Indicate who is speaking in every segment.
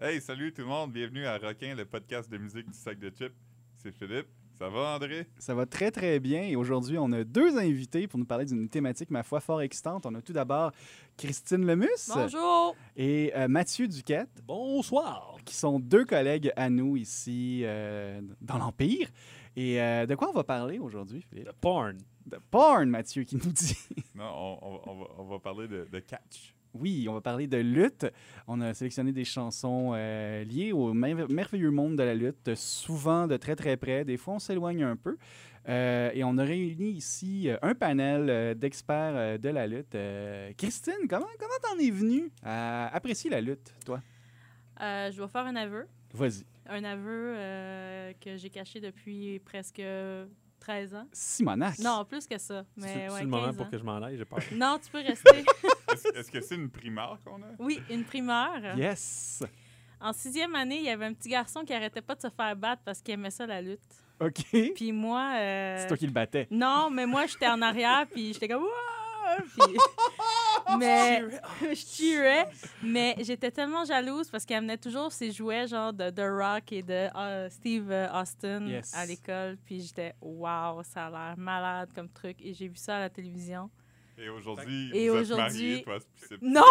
Speaker 1: Hey, salut tout le monde, bienvenue à Rockin, le podcast de musique du sac de chips. C'est Philippe. Ça va, André?
Speaker 2: Ça va très, très bien. Et aujourd'hui, on a deux invités pour nous parler d'une thématique, ma foi, fort excitante. On a tout d'abord Christine Lemus
Speaker 3: Bonjour.
Speaker 2: et euh, Mathieu Duquette,
Speaker 4: Bonsoir.
Speaker 2: qui sont deux collègues à nous ici euh, dans l'Empire. Et euh, de quoi on va parler aujourd'hui, Philippe?
Speaker 4: Le porn.
Speaker 2: De porn, Mathieu, qui nous dit.
Speaker 1: Non, on, on- on va, on va parler de, de catch.
Speaker 2: Oui, on va parler de lutte. On a sélectionné des chansons euh, liées au mer- merveilleux monde de la lutte, souvent de très très près. Des fois, on s'éloigne un peu. Euh, et on a réuni ici euh, un panel euh, d'experts euh, de la lutte. Euh, Christine, comment comment t'en es venue à apprécier la lutte, toi
Speaker 3: Euh, je dois faire un aveu.
Speaker 2: Vas-y.
Speaker 3: Un aveu euh, que j'ai caché depuis presque 13 ans.
Speaker 2: Simonac.
Speaker 3: Non, plus que ça. Mais
Speaker 4: C'est
Speaker 3: ouais,
Speaker 4: le moment
Speaker 3: 15
Speaker 4: pour
Speaker 3: ans.
Speaker 4: que je m'en aille, j'ai peur.
Speaker 3: Non, tu peux rester.
Speaker 1: Est-ce est-ce que c'est une primaire qu'on a?
Speaker 3: oui, une primaire.
Speaker 2: Yes.
Speaker 3: En sixième année, il y avait un petit garçon qui arrêtait pas de se faire battre parce qu'il aimait ça, la lutte.
Speaker 2: Ok.
Speaker 3: Puis moi... euh,
Speaker 2: C'est toi qui le battais.
Speaker 3: Non, mais moi, j'étais en arrière, puis j'étais comme... Wouah! Puis- mais je cheerais, mais j'étais tellement jalouse parce qu'elle amenait toujours ses jouets genre de The Rock et de euh, Steve euh, Austin
Speaker 2: Yes.
Speaker 3: à l'école. Puis j'étais « Wow, ça a l'air malade comme truc. » Et j'ai vu ça à la télévision.
Speaker 1: Et aujourd'hui,
Speaker 3: Et
Speaker 1: vous êtes
Speaker 3: aujourd'hui-
Speaker 1: mariés, toi, c'est- c'est-
Speaker 3: Non!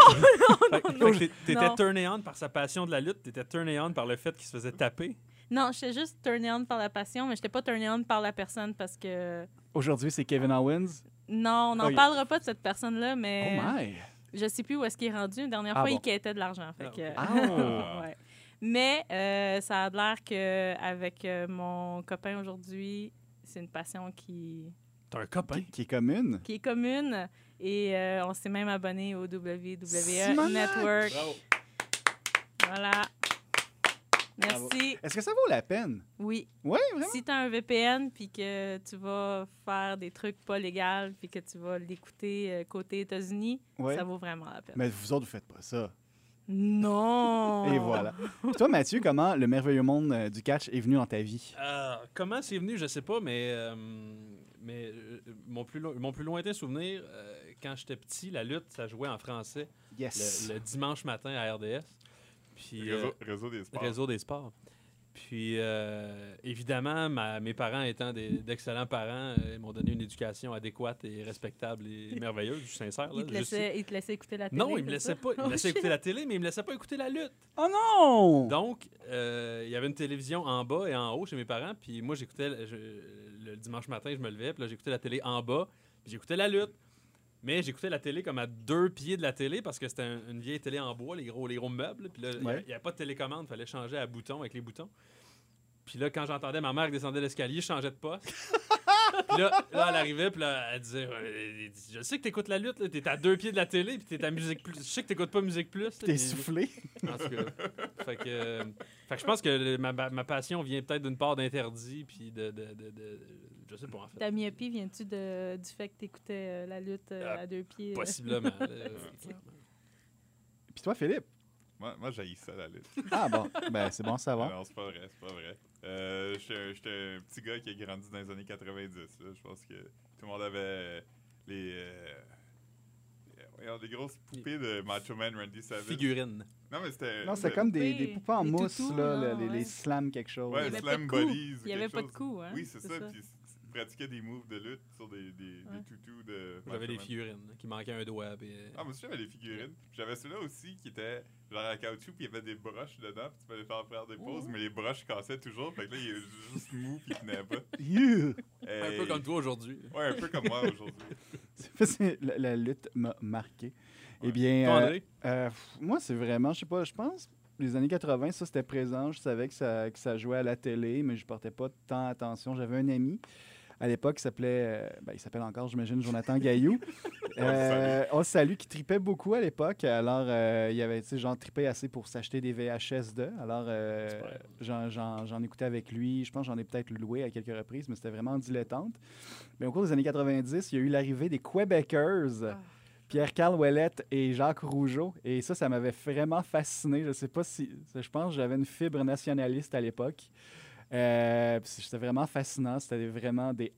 Speaker 4: Fait- fait que t'é- T'étais
Speaker 3: Non.
Speaker 4: turné on par sa passion de la lutte, t'étais turné on par le fait qu'il se faisait taper.
Speaker 3: Non, j'étais juste turnée on par la passion, mais j'étais pas turnée on par la personne parce que...
Speaker 2: Aujourd'hui, c'est Kevin
Speaker 3: Ah.
Speaker 2: Owens.
Speaker 3: Non, on n'en
Speaker 2: Oh, yeah.
Speaker 3: parlera pas de cette personne-là,
Speaker 2: Oh
Speaker 3: mais
Speaker 2: my.
Speaker 3: je sais plus où est-ce qu'il est rendu. Une dernière
Speaker 2: Ah
Speaker 3: fois,
Speaker 2: bon.
Speaker 3: il quittait de l'argent. Fait
Speaker 4: Ah,
Speaker 3: que-
Speaker 4: ok.
Speaker 2: Ah.
Speaker 3: Ouais. Mais euh, ça a l'air que avec euh, mon copain aujourd'hui, c'est une passion qui,
Speaker 4: T'as un copain.
Speaker 2: Qui, qui est commune.
Speaker 3: qui est commune. Et euh, on s'est même abonné au WWE
Speaker 2: Simonac!
Speaker 3: Network. Voilà. Merci.
Speaker 2: Est-ce que ça vaut la peine
Speaker 3: Oui.
Speaker 2: Oui, vraiment.
Speaker 3: Si tu as un VPN puis que tu vas faire des trucs pas légaux puis que tu vas l'écouter euh, côté États-Unis,
Speaker 2: Ouais.
Speaker 3: ça vaut vraiment la peine.
Speaker 2: Mais vous autres, vous faites pas ça.
Speaker 3: Non!
Speaker 2: Et voilà. Puis toi, Mathieu, comment le merveilleux monde euh, du catch est venu dans ta vie?
Speaker 4: Ah, comment c'est venu, je sais pas, mais, euh, mais euh, mon, plus lo- mon plus lointain souvenir, euh, quand j'étais petit, la lutte, ça jouait en français
Speaker 2: Yes.
Speaker 4: le, le dimanche matin à RDS. Puis, euh,
Speaker 1: Réseau, réseau des sports.
Speaker 4: Réseau des sports. Puis, euh, évidemment, ma- mes parents étant des- d'excellents parents, euh, ils m'ont donné une éducation adéquate et respectable et merveilleuse, je suis sincère. là.
Speaker 3: Il te,
Speaker 4: Je sais-
Speaker 3: laissait, il te laissait écouter la télé.
Speaker 4: Non, ils me
Speaker 3: c'est
Speaker 4: laissaient
Speaker 3: ça?
Speaker 4: pas. Ils me laissaient écouter la télé, mais ils me laissaient pas écouter la lutte.
Speaker 2: Oh non!
Speaker 4: Donc, euh, il y avait une télévision en bas et en haut chez mes parents. Puis moi, j'écoutais le- je- le dimanche matin, je me levais, puis là, j'écoutais la télé en bas, puis j'écoutais la lutte. Mais j'écoutais la télé comme à deux pieds de la télé parce que c'était un- une vieille télé en bois, les gros, les gros meubles. Puis là, il n'y
Speaker 2: Ouais.
Speaker 4: avait, il y avait pas de télécommande, il fallait changer à bouton avec les boutons. Puis là, quand j'entendais ma mère descendre l'escalier, je changeais de poste. puis là, là, elle arrivait, puis là, elle disait euh, Je sais que t'écoutes la lutte, là, t'es à deux pieds de la télé, puis t'es à musique plus. Je sais que t'écoutes pas musique plus. là.
Speaker 2: T'es
Speaker 4: Puis-
Speaker 2: soufflé.
Speaker 4: en tout cas. fait que, euh, fait que je pense que le- ma, ma- ma passion vient peut-être d'une part d'interdit, puis de, de, de, de- Je sais pas, en fait.
Speaker 3: Ta myopie, viens-tu de- du fait que t'écoutais euh, la lutte euh,
Speaker 4: Ah,
Speaker 3: à deux pieds? euh?
Speaker 4: Possiblement. là, euh,
Speaker 2: Puis toi, Philippe.
Speaker 1: Moi, moi j'ai ça, la lutte.
Speaker 2: Ah bon, ben c'est bon à savoir.
Speaker 1: Non, c'est pas vrai, c'est pas vrai. Euh, J'étais j'étais un petit gars qui a grandi dans les années 90. là. Je pense que tout le monde avait euh, les... euh, les- voyons, des grosses poupées de Macho Man Randy Savage.
Speaker 4: figurine.
Speaker 1: Non, mais c'était...
Speaker 2: Non, c'est
Speaker 1: le-
Speaker 2: comme des,
Speaker 3: Oui,
Speaker 2: des poupées en
Speaker 3: des
Speaker 2: mousse,
Speaker 3: toutous,
Speaker 2: là,
Speaker 3: là,
Speaker 2: le- les,
Speaker 3: ouais.
Speaker 2: les slams quelque chose.
Speaker 1: Ouais,
Speaker 3: Il y avait
Speaker 1: Slam
Speaker 3: pas de coup.
Speaker 1: Buddies ou
Speaker 3: Il y avait
Speaker 1: quelque
Speaker 3: pas de
Speaker 1: chose.
Speaker 3: coup, hein?
Speaker 1: Oui, c'est
Speaker 3: c'est
Speaker 1: ça.
Speaker 3: ça.
Speaker 1: Puis tu pratiquais des moves de lutte sur des, des, des
Speaker 3: Ouais.
Speaker 1: toutous de.
Speaker 4: J'avais
Speaker 1: Macho
Speaker 4: des
Speaker 1: Man.
Speaker 4: figurines là, qui manquaient un doigt. Puis, euh,
Speaker 1: Ah, moi aussi, j'avais des figurines. J'avais celui-là aussi qui était genre à caoutchouc, puis il y avait des broches dedans, puis tu pouvais faire faire des pauses, mais les broches cassaient toujours. Fait que là, il est juste mou, puis il tenait pas.
Speaker 2: You!
Speaker 4: Un peu comme toi aujourd'hui.
Speaker 1: Ouais, un peu comme moi aujourd'hui.
Speaker 2: C'est- la, la lutte m'a marqué. Eh
Speaker 1: Ouais.
Speaker 2: bien,
Speaker 4: Toi,
Speaker 2: euh,
Speaker 4: André,
Speaker 2: euh, pff, moi, c'est vraiment, je sais pas, je pense, les années 80, ça, c'était présent. Je savais que ça, que ça jouait à la télé, mais je portais pas tant attention. J'avais un ami à l'époque qui s'appelait, euh, ben, il s'appelle encore, j'imagine, Jonathan Gaillou. Euh, on le salue, qui tripait beaucoup à l'époque. Alors, euh, il y avait, tu sais, genre, tripé assez pour s'acheter des VHS 2. Alors, euh,
Speaker 4: Super.
Speaker 2: j'en- j'en j'en écoutais avec lui. Je pense que j'en ai peut-être loué à quelques reprises, mais c'était vraiment en dilettante. Mais au cours des années 90, il y a eu l'arrivée des Québécoises.
Speaker 3: Ah.
Speaker 2: Pierre-Carl Ouellette et Jacques Rougeau. Et ça, ça m'avait vraiment fasciné. Je sais pas si. Je pense que j'avais une fibre nationaliste à l'époque. Euh, puis c'était vraiment fascinant. C'était vraiment des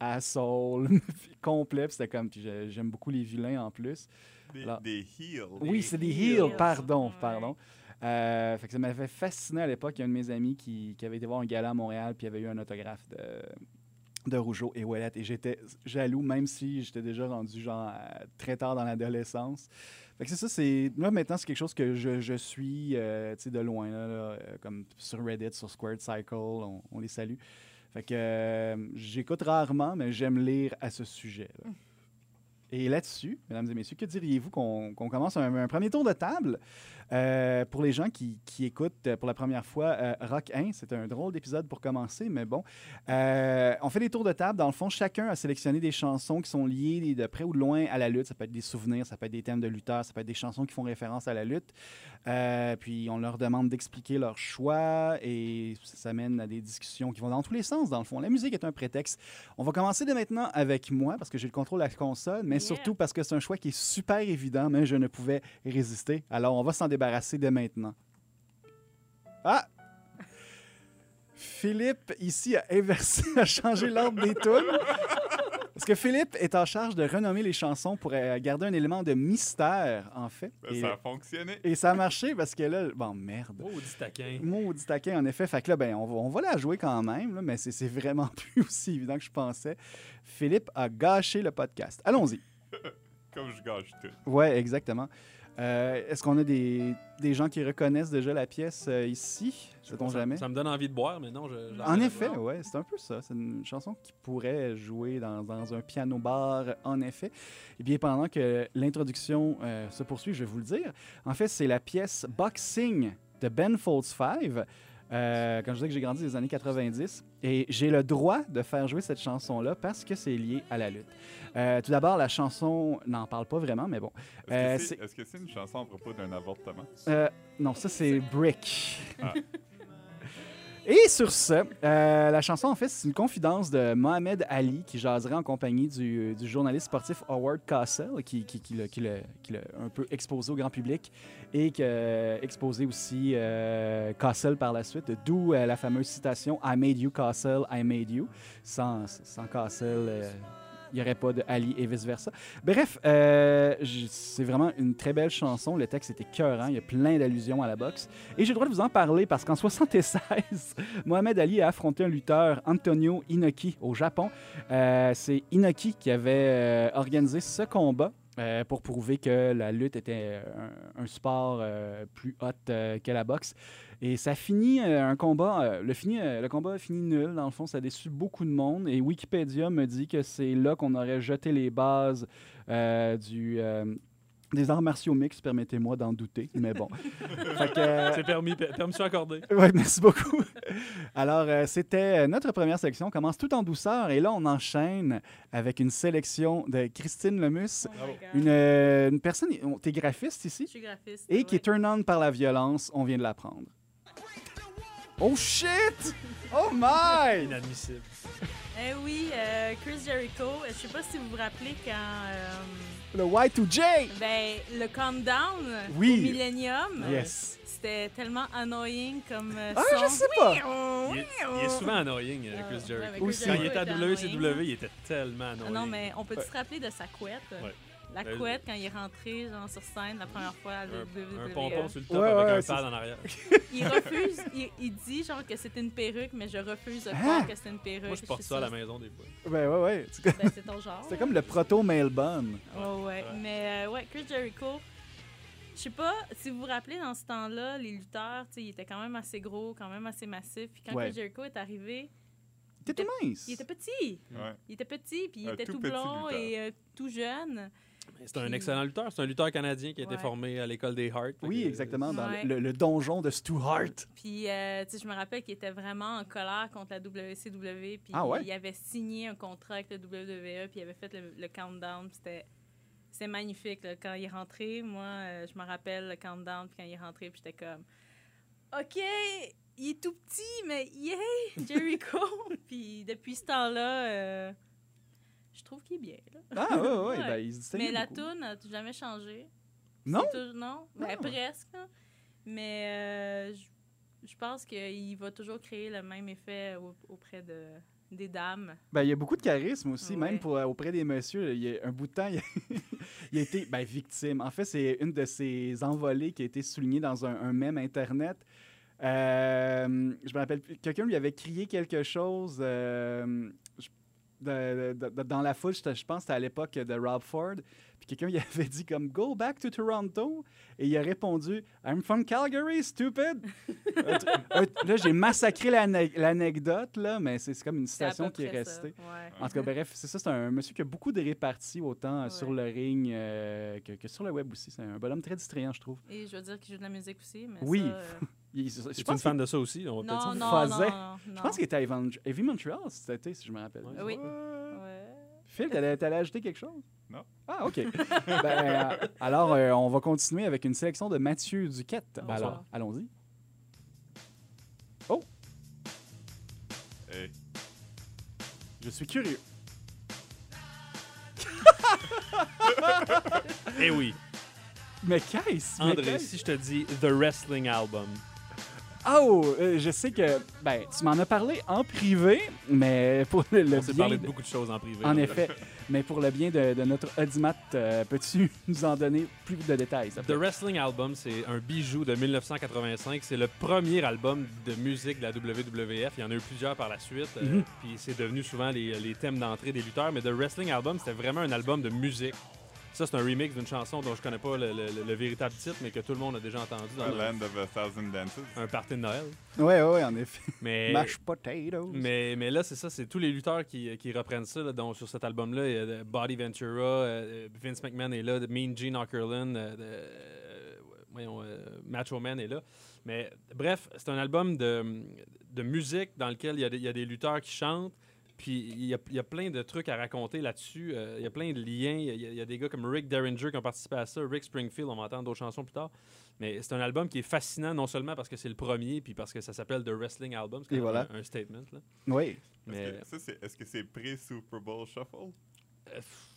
Speaker 2: assholes complets. Puis C'était comme. puis je- j'aime beaucoup les vilains en plus.
Speaker 1: Des,
Speaker 2: Alors-
Speaker 1: des heels.
Speaker 2: Oui, c'est des
Speaker 3: heels.
Speaker 2: heels. Pardon,
Speaker 3: Ouais.
Speaker 2: pardon. Euh, fait que ça m'avait fasciné à l'époque. Il y a un de mes amis qui, qui avait été voir un gala à Montréal, puis il avait eu un autographe de, de Rougeau et Ouellette. Et j'étais jaloux, même si j'étais déjà rendu genre à- très tard dans l'adolescence. Fait que c'est ça, c'est. Moi, maintenant, c'est quelque chose que je, je suis euh, tu sais, de loin, là, là, euh, comme sur Reddit, sur Squared Cycle, on, on les salue. Fait que euh, j'écoute rarement, mais j'aime lire à ce sujet. là. Et là-dessus, mesdames et messieurs, que diriez-vous qu'on qu'on commence un, un premier tour de table Euh, pour les gens qui, qui écoutent euh, pour la première fois euh, Rock 1? C'est un drôle d'épisode pour commencer, mais bon. Euh, on fait des tours de table. Dans le fond, chacun a sélectionné des chansons qui sont liées de près ou de loin à la lutte. Ça peut être des souvenirs, ça peut être des thèmes de lutteurs, ça peut être des chansons qui font référence à la lutte. Euh, puis on leur demande d'expliquer leur choix et ça mène à des discussions qui vont dans tous les sens, dans le fond. La musique est un prétexte. On va commencer dès maintenant avec moi parce que j'ai le contrôle à la console, mais
Speaker 3: Yeah.
Speaker 2: surtout parce que c'est un choix qui est super évident, mais je ne pouvais résister. Alors on va s'en débarrasser dès maintenant. Ah! Philippe, ici, a inversé, a changé l'ordre des tunes. Parce que Philippe est en charge de renommer les chansons pour euh, garder un élément de mystère, en fait.
Speaker 1: Ben,
Speaker 2: Et,
Speaker 1: ça a fonctionné.
Speaker 2: et ça a marché parce que là, bon, merde.
Speaker 4: Oh, dis taquin.
Speaker 2: Maudit taquin, en effet. Fait que là, ben, on, va, on va la jouer quand même, là, mais c'est- c'est vraiment plus aussi évident que je pensais. Philippe a gâché le podcast. Allons-y.
Speaker 1: Comme je gâche tout.
Speaker 2: Ouais, exactement. Euh, Est-ce qu'on a des, des gens qui reconnaissent déjà la pièce euh, ici? Sait-on
Speaker 4: Ça-
Speaker 2: jamais?
Speaker 4: Ça me donne envie de boire, mais non, je. je
Speaker 2: En
Speaker 4: l'arrête.
Speaker 2: effet, ouais, c'est un peu ça. C'est une chanson qui pourrait jouer dans, dans un piano-bar, en effet. Et bien, pendant que l'introduction euh, se poursuit, je vais vous le dire. En fait, c'est la pièce Boxing de Ben Folds 5. Euh, quand je disais que j'ai grandi dans les années 90, et j'ai le droit de faire jouer cette chanson-là parce que c'est lié à la lutte. Euh, tout d'abord, la chanson n'en parle pas vraiment, mais bon.
Speaker 1: Est-ce que c'est
Speaker 2: Euh, c'est-
Speaker 1: est-ce que c'est une chanson à propos d'un avortement?
Speaker 2: Euh, non, ça c'est Brick.
Speaker 1: Ah.
Speaker 2: Et sur ce, euh, la chanson en fait c'est une confidence de Mohamed Ali qui jaserait en compagnie du, du journaliste sportif Howard Castle qui, qui, qui l'a qui l'a- qui l'a un peu exposé au grand public et que, exposé aussi euh, Castle par la suite, d'où euh, la fameuse citation I made you Castle, I made you. Sans, sans Castle, euh, il n'y aurait pas de Ali et vice-versa. Bref, euh, j- c'est vraiment une très belle chanson. Le texte était cœurant. Il y a plein d'allusions à la boxe. Et j'ai le droit de vous en parler parce qu'en 76, Mohamed Ali a affronté un lutteur, Antonio Inoki, au Japon. Euh, c'est Inoki qui avait euh, organisé ce combat. euh, pour prouver que la lutte était euh, un, un sport euh, plus hot euh, que la boxe. Et ça finit euh, un combat, euh, le, fini, euh, le combat finit nul, dans le fond, ça déçut beaucoup de monde. Et Wikipédia me dit que c'est là qu'on aurait jeté les bases euh, du, euh, des arts martiaux mixtes, permettez-moi d'en douter, mais bon. Fait que, euh,
Speaker 4: C'est permis, per- permission accordée.
Speaker 2: Ouais, merci beaucoup. Alors, euh, c'était euh, notre première sélection. On commence tout en douceur et là, on enchaîne avec une sélection de Christine Lemus,
Speaker 3: Oh my God.
Speaker 2: une, euh, une personne, on- t'es graphiste
Speaker 3: Je
Speaker 2: ici,
Speaker 3: suis graphiste.
Speaker 2: et qui
Speaker 3: ouais.
Speaker 2: est turn on par la violence. On vient de l'apprendre. Oh shit! Oh my!
Speaker 4: Inadmissible.
Speaker 3: Eh oui, euh, Chris Jericho. Je sais pas si vous vous rappelez quand euh,
Speaker 2: Le Y2J!
Speaker 3: ben, le countdown
Speaker 2: Oui.
Speaker 3: au Millennium,
Speaker 2: Yes.
Speaker 3: c'était tellement annoying comme euh,
Speaker 2: Ah,
Speaker 3: son.
Speaker 2: je sais pas!
Speaker 4: Il est, il est souvent annoying, euh, Chris
Speaker 3: Ouais, mais
Speaker 4: Jericho.
Speaker 3: Chris
Speaker 2: Aussi.
Speaker 4: Quand
Speaker 3: Jericho
Speaker 4: il était à
Speaker 3: annoying.
Speaker 4: WCW, il était tellement
Speaker 3: Ah
Speaker 4: annoying.
Speaker 3: Non, mais on peut
Speaker 2: Ouais.
Speaker 3: se rappeler de sa couette.
Speaker 4: Ouais.
Speaker 3: La
Speaker 4: Ben,
Speaker 3: couette, quand il est rentré genre, sur scène la première fois à E. la
Speaker 4: Un, un
Speaker 3: WWE.
Speaker 4: pompon sur le top
Speaker 2: Ouais, ouais,
Speaker 4: avec
Speaker 2: c'est
Speaker 4: un pad en arrière.
Speaker 3: Il refuse, il, il dit genre que c'était une perruque, mais je refuse de
Speaker 2: Hein?
Speaker 3: croire que c'était une perruque.
Speaker 4: Moi, je porte ça à la
Speaker 3: même.
Speaker 4: maison des fois.
Speaker 2: Ben ouais, ouais. C'est comme-
Speaker 3: c'est ton genre.
Speaker 2: C'est comme le proto-mailbun.
Speaker 3: Ouais, ouais.
Speaker 4: Ouais.
Speaker 3: Mais euh, ouais, Chris Jericho, je sais pas si vous vous rappelez, dans ce temps-là, les lutteurs, tu sais, ils étaient quand même assez gros, quand même assez massifs. Puis quand
Speaker 2: Ouais.
Speaker 3: Chris Jericho est arrivé,
Speaker 2: T'es tout mince!
Speaker 3: il était petit.
Speaker 4: Mm.
Speaker 1: Ouais.
Speaker 3: Il était petit, puis il
Speaker 1: Un
Speaker 3: était
Speaker 1: tout
Speaker 3: tout,
Speaker 1: petit
Speaker 3: blond
Speaker 1: lutteur.
Speaker 3: et euh, tout jeune.
Speaker 4: C'est un
Speaker 3: Puis-
Speaker 4: excellent lutteur. C'est un lutteur canadien qui a été
Speaker 3: Ouais.
Speaker 4: formé à l'école des Hearts. euh,
Speaker 2: Oui, exactement, dans
Speaker 3: Ouais.
Speaker 2: le, le donjon de Stu Hart.
Speaker 3: Puis, euh, tu sais, je me rappelle qu'il était vraiment en colère contre la WCW. Puis,
Speaker 2: Ah ouais?
Speaker 3: il avait signé un contrat avec le WWE, puis il avait fait le, le countdown. puis C'était c'était magnifique. là. Quand il est rentré, moi, euh, je me rappelle le countdown, puis quand il est rentré, puis j'étais comme, OK, il est tout petit, mais yay, Jericho! puis, depuis ce temps-là, euh, je trouve qu'il est bien. là.
Speaker 2: Ah ouais, ouais, ouais,
Speaker 3: Ouais.
Speaker 2: ben, il se
Speaker 3: Mais la
Speaker 2: beaucoup.
Speaker 3: toune n'a jamais changé.
Speaker 2: Non?
Speaker 3: C'est tou- non? Ben,
Speaker 2: Non.
Speaker 3: presque. hein. Mais euh, je- je pense qu'il va toujours créer le même effet au- auprès de des dames.
Speaker 2: Ben, il y a beaucoup de charisme aussi,
Speaker 3: Ouais.
Speaker 2: même pour, euh, auprès des messieurs. Il y a un bout de temps, il a, il a été ben, victime. En fait, c'est une de ces envolées qui a été soulignée dans un, un mème Internet. Euh, je me rappelle, plus. quelqu'un lui avait crié quelque chose euh, je- de- de- de- dans la foule, je je pense que c'était à l'époque de Rob Ford. Puis quelqu'un lui avait dit comme « Go back to Toronto ». Et il a répondu « I'm from Calgary, stupid ». Un tru- un- Là, j'ai massacré l'ane- l'anecdote, là, mais c'est c'est comme une
Speaker 3: C'est à peu
Speaker 2: citation qui est
Speaker 3: près ça,
Speaker 2: restée.
Speaker 3: ouais.
Speaker 2: En tout cas, bref, c'est ça, c'est un monsieur qui a beaucoup de réparties autant euh, sur
Speaker 3: Ouais.
Speaker 2: le ring euh, que, que sur le web aussi. C'est un bonhomme très distrayant, je trouve.
Speaker 3: Et je veux dire qu'il joue de la musique aussi, mais
Speaker 2: Oui.
Speaker 3: ça, euh,
Speaker 2: Il- je
Speaker 4: Je suis une
Speaker 2: pense
Speaker 4: fan de ça aussi. On va peut-être
Speaker 3: non, non,
Speaker 4: s'en-
Speaker 3: non,
Speaker 2: faisait.
Speaker 3: non,
Speaker 2: qu'il-
Speaker 3: non.
Speaker 2: je pense qu'il était à Evan- Heavy Montreal cet été, si je me rappelle.
Speaker 4: Ouais.
Speaker 3: Ah Oui.
Speaker 2: Ouais.
Speaker 3: Ouais.
Speaker 2: Phil, t'allais, t'allais ajouter quelque chose?
Speaker 1: Non.
Speaker 2: Ah, OK. Ben, euh, alors, euh, on va continuer avec une sélection de Mathieu Duquette. Ben,
Speaker 3: Bonsoir.
Speaker 2: alors, allons-y. Oh!
Speaker 1: Hey.
Speaker 2: Je suis curieux.
Speaker 4: Eh oui,
Speaker 2: Mais qu'est-ce? Mais
Speaker 4: André,
Speaker 2: qu'est-ce?
Speaker 4: si je te dis The Wrestling Album.
Speaker 2: Oh, euh, je sais que ben, tu m'en as parlé en privé, mais pour le, le
Speaker 4: on s'est
Speaker 2: bien
Speaker 4: parlé de
Speaker 2: de-
Speaker 4: beaucoup de choses en privé.
Speaker 2: En effet. Mais pour le bien de, de notre Audimat, euh, peux-tu nous en donner plus de détails? s'il te
Speaker 4: The
Speaker 2: plaît?
Speaker 4: Wrestling Album, c'est un bijou de 1985. C'est le premier album de musique de la WWF. Il y en a eu plusieurs par la suite. euh,
Speaker 2: Mhm.
Speaker 4: Puis c'est devenu souvent les, les thèmes d'entrée des lutteurs. Mais The Wrestling Album, c'était vraiment un album de musique. Ça, c'est un remix d'une chanson dont je connais pas le, le- le- le véritable titre, mais que tout le monde a déjà entendu dans
Speaker 1: The
Speaker 4: le-
Speaker 1: Land of a Thousand Dances.
Speaker 4: un party de Noël.
Speaker 2: Ouais, ouais, en effet.
Speaker 4: Mais
Speaker 2: Mash potatoes.
Speaker 4: Mais, mais là, c'est ça, c'est tous les lutteurs qui, qui reprennent ça. Là, donc, sur cet album-là, il y a euh, Bobby Ventura, euh, Vince McMahon est là, Mean Gene Okerlund, euh, de- euh, voyons, euh, Macho Man est là. Mais bref, c'est un album de, de musique dans lequel il y, a des- il y a des lutteurs qui chantent. Puis il y, a, il y a plein de trucs à raconter là-dessus. Euh, il y a plein de liens. Il y a- il y, a, il y a des gars comme Rick Derringer qui ont participé à ça. Rick Springfield, on va entendre d'autres chansons plus tard. Mais c'est un album qui est fascinant, non seulement parce que c'est le premier, puis parce que ça s'appelle The Wrestling Album. C'est quand
Speaker 2: Et
Speaker 4: même
Speaker 2: voilà.
Speaker 4: un, un statement. Là.
Speaker 2: Oui.
Speaker 1: Est-ce
Speaker 4: Mais
Speaker 1: que ça, c'est- est-ce que c'est pré-Super Bowl Shuffle?
Speaker 4: euh, pff,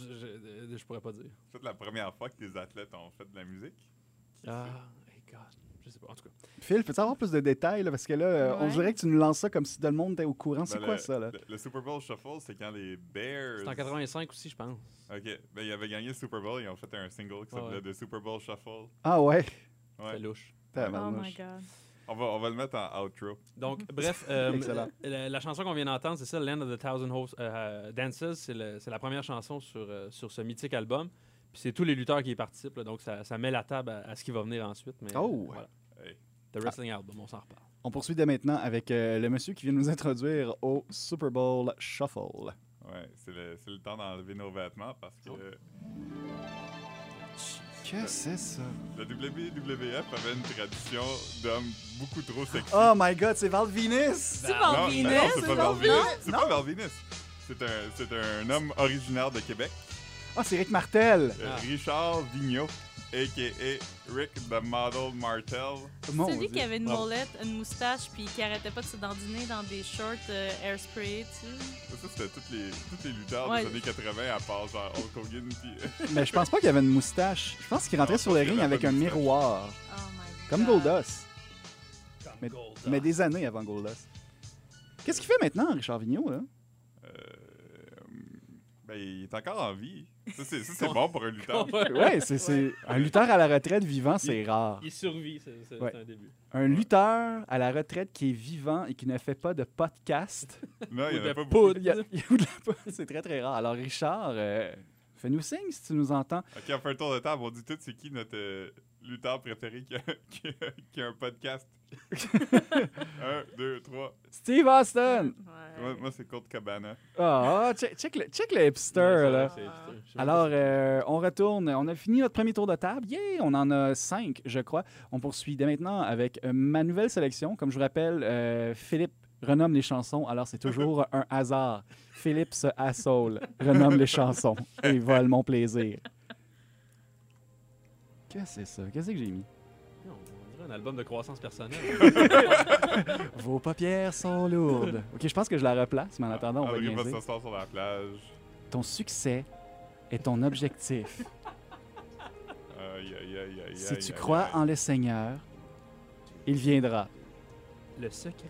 Speaker 4: je, euh, je pourrais pas dire.
Speaker 1: C'est peut-être la première fois que les athlètes ont fait de la musique.
Speaker 4: Ah, hey God. Je sais pas. En tout cas,
Speaker 2: Phil, peux-tu avoir plus de détails? là? Parce que là, euh, on
Speaker 3: Ouais.
Speaker 2: dirait que tu nous lances ça comme si tout le monde était au courant. C'est
Speaker 1: Ben,
Speaker 2: quoi
Speaker 1: le-
Speaker 2: ça, là?
Speaker 1: Le, le Super Bowl Shuffle, c'est quand les Bears.
Speaker 4: c'est en 85 aussi, je pense.
Speaker 1: Ok, ben ils avaient gagné le Super Bowl, ils ont fait un single qui
Speaker 4: Ouais,
Speaker 1: s'appelait The Super Bowl Shuffle.
Speaker 2: Ah ouais?
Speaker 4: C'est
Speaker 1: Ouais.
Speaker 4: louche.
Speaker 3: Oh my
Speaker 2: Tabarnouche.
Speaker 3: god.
Speaker 1: On va, on va le mettre en outro.
Speaker 4: Donc, bref, euh,
Speaker 2: Excellent.
Speaker 4: la, la chanson qu'on vient d'entendre, c'est ça, Land of the Thousand Hosts, euh, euh, Dances. C'est le- c'est la première chanson sur, euh, sur ce mythique album. Puis c'est tous les lutteurs qui y participent, là, donc ça, ça met la table à, à ce qui va venir ensuite. Mais,
Speaker 2: Oh!
Speaker 4: euh, voilà.
Speaker 1: Hey.
Speaker 4: The Wrestling Album, on s'en reparle.
Speaker 2: On poursuit dès maintenant avec euh, le monsieur qui vient de nous introduire au Super Bowl Shuffle.
Speaker 1: Ouais, c'est le, c'est le temps d'enlever nos vêtements parce que
Speaker 4: Oh.
Speaker 1: euh,
Speaker 2: Que c'est ça?
Speaker 1: la WWF avait une tradition d'hommes beaucoup trop sexy.
Speaker 2: Oh my god, c'est Val Venus!
Speaker 3: C'est
Speaker 1: Non,
Speaker 3: pas
Speaker 1: non,
Speaker 3: Venus,
Speaker 1: c'est pas
Speaker 3: pas
Speaker 1: Val Venus.
Speaker 3: Venus.
Speaker 1: C'est pas Val Venus. C'est un, c'est un homme originaire de Québec,
Speaker 2: Ah, c'est Rick
Speaker 1: euh,
Speaker 2: Martel!
Speaker 4: Ah.
Speaker 1: Richard Vigneault, a.k.a. Rick the Model Martel.
Speaker 2: Mon
Speaker 3: Celui
Speaker 2: Dieu.
Speaker 3: qui avait une
Speaker 4: Bravo.
Speaker 3: molette, une moustache, puis qui arrêtait pas de se dandiner dans des shorts euh, airspray, tu sais.
Speaker 1: Ça, ça, c'était tous les, tous les lutteurs
Speaker 3: Ouais.
Speaker 1: des années 80 à part genre Hulk Hogan puis euh,
Speaker 2: Mais je pense pas qu'il y avait une moustache. Je pense qu'il rentrait
Speaker 1: Non, je
Speaker 2: sur
Speaker 1: pense
Speaker 2: le
Speaker 1: qu'il
Speaker 2: ring
Speaker 1: avait
Speaker 2: avec
Speaker 1: pas
Speaker 2: un
Speaker 1: de moustache.
Speaker 2: miroir.
Speaker 3: Oh my god.
Speaker 2: Comme Goldos. Mais- Mais des années avant Goldos. Qu'est-ce qu'il fait maintenant, Richard Vigneault, là?
Speaker 1: euh, ben, il est encore en vie. Ça, c'est ça, c'est bon pour un lutteur.
Speaker 2: Ouais, c'est c'est- un lutteur à la retraite vivant, c'est rare.
Speaker 4: Il survit, c'est c'est-
Speaker 2: Ouais.
Speaker 4: c'est un début.
Speaker 2: Un lutteur à la retraite qui est vivant et qui ne fait pas de podcast.
Speaker 1: Non, il y en
Speaker 4: Ou de
Speaker 1: a pas beaucoup.
Speaker 4: poudre.
Speaker 2: Il y a- il y a ou de la- c'est très très rare. Alors Richard, euh, fais-nous signe si tu nous entends.
Speaker 1: Ok, on fait un tour de table. On dit tout c'est qui notre euh, lutteur préféré qui a, qui a- qui a un podcast. un, deux, trois.
Speaker 2: Steve Austin.
Speaker 1: Moi,
Speaker 3: Ouais.
Speaker 1: moi, c'est Colt Cabana.
Speaker 2: Ah, ah, check, check le check le hipster
Speaker 4: Ouais,
Speaker 2: là.
Speaker 4: c'est- c'est- je sais même
Speaker 2: Alors,
Speaker 4: pas si-
Speaker 2: euh, on retourne. On a fini notre premier tour de table. Yeah! On en a cinq, je crois. On poursuit dès maintenant avec euh, ma nouvelle sélection. Comme je vous rappelle, euh, Philippe renomme les chansons, alors c'est toujours un hasard. Philippe se assole, renomme les chansons et vole mon plaisir. Qu'est-ce que c'est ça? Qu'est-ce que j'ai mis?
Speaker 4: Non, On dirait un album de croissance personnelle.
Speaker 2: Vos paupières sont lourdes. OK, je pense que je la replace, mais en attendant, on va
Speaker 1: André
Speaker 2: bien
Speaker 1: va
Speaker 2: dire.
Speaker 1: s'asseoir sur la plage.
Speaker 2: Ton succès est ton objectif.
Speaker 1: Aïe, aïe, aïe, aïe,
Speaker 2: Si
Speaker 1: aïe,
Speaker 2: tu
Speaker 1: aïe,
Speaker 2: crois
Speaker 1: aïe.
Speaker 2: en le Seigneur, il viendra.
Speaker 4: Le secret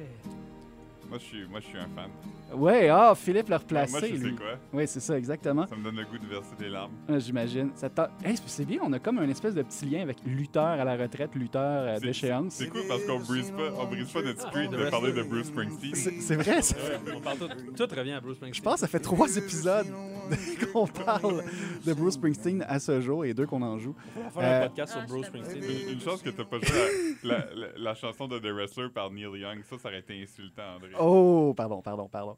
Speaker 1: Moi, je suis, moi, je suis un fan.
Speaker 2: Ouais, ah, Philippe l'a
Speaker 1: Moi,
Speaker 2: replacé,
Speaker 1: je sais
Speaker 2: lui.
Speaker 1: quoi.
Speaker 2: Oui, c'est ça, exactement.
Speaker 1: Ça me donne le goût de verser des larmes.
Speaker 2: Ah, J'imagine. Ça t'a- Hey, c'est- c'est bien, on a comme un espèce de petit lien avec lutteur à la retraite, lutteur à
Speaker 1: C'est-
Speaker 2: déchéance.
Speaker 1: C'est cool parce qu'on brise pas, on brise pas notre street de parler de Bruce Springsteen.
Speaker 2: C'est c'est vrai, ça-
Speaker 4: Ouais, on parle tout, tout revient à Bruce
Speaker 2: je
Speaker 4: Springsteen.
Speaker 2: pense que ça fait trois épisodes qu'on parle de Bruce Springsteen à ce jour et deux qu'on en joue.
Speaker 4: On va faire
Speaker 2: Euh,
Speaker 4: un podcast
Speaker 3: Ah,
Speaker 4: sur Bruce
Speaker 3: je savais.
Speaker 1: Une,
Speaker 4: Springsteen.
Speaker 1: une chance que t'as pas joué la, la- la- la chanson de The Wrestler par Neil Young. Ça, ça aurait été insultant, André.
Speaker 2: Oh, pardon, pardon, pardon.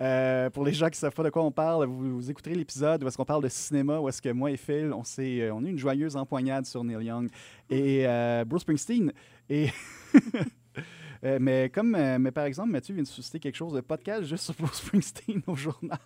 Speaker 2: Euh, pour les gens qui ne savent pas de quoi on parle, vous, vous écouterez l'épisode où est-ce qu'on parle de cinéma, où est-ce que moi et Phil, on, s'est, euh, on a eu une joyeuse empoignade sur Neil Young et euh, Bruce Springsteen. Et Euh, mais comme euh, mais par exemple, Mathieu vient de susciter quelque chose de podcast juste sur Bruce Springsteen au journal.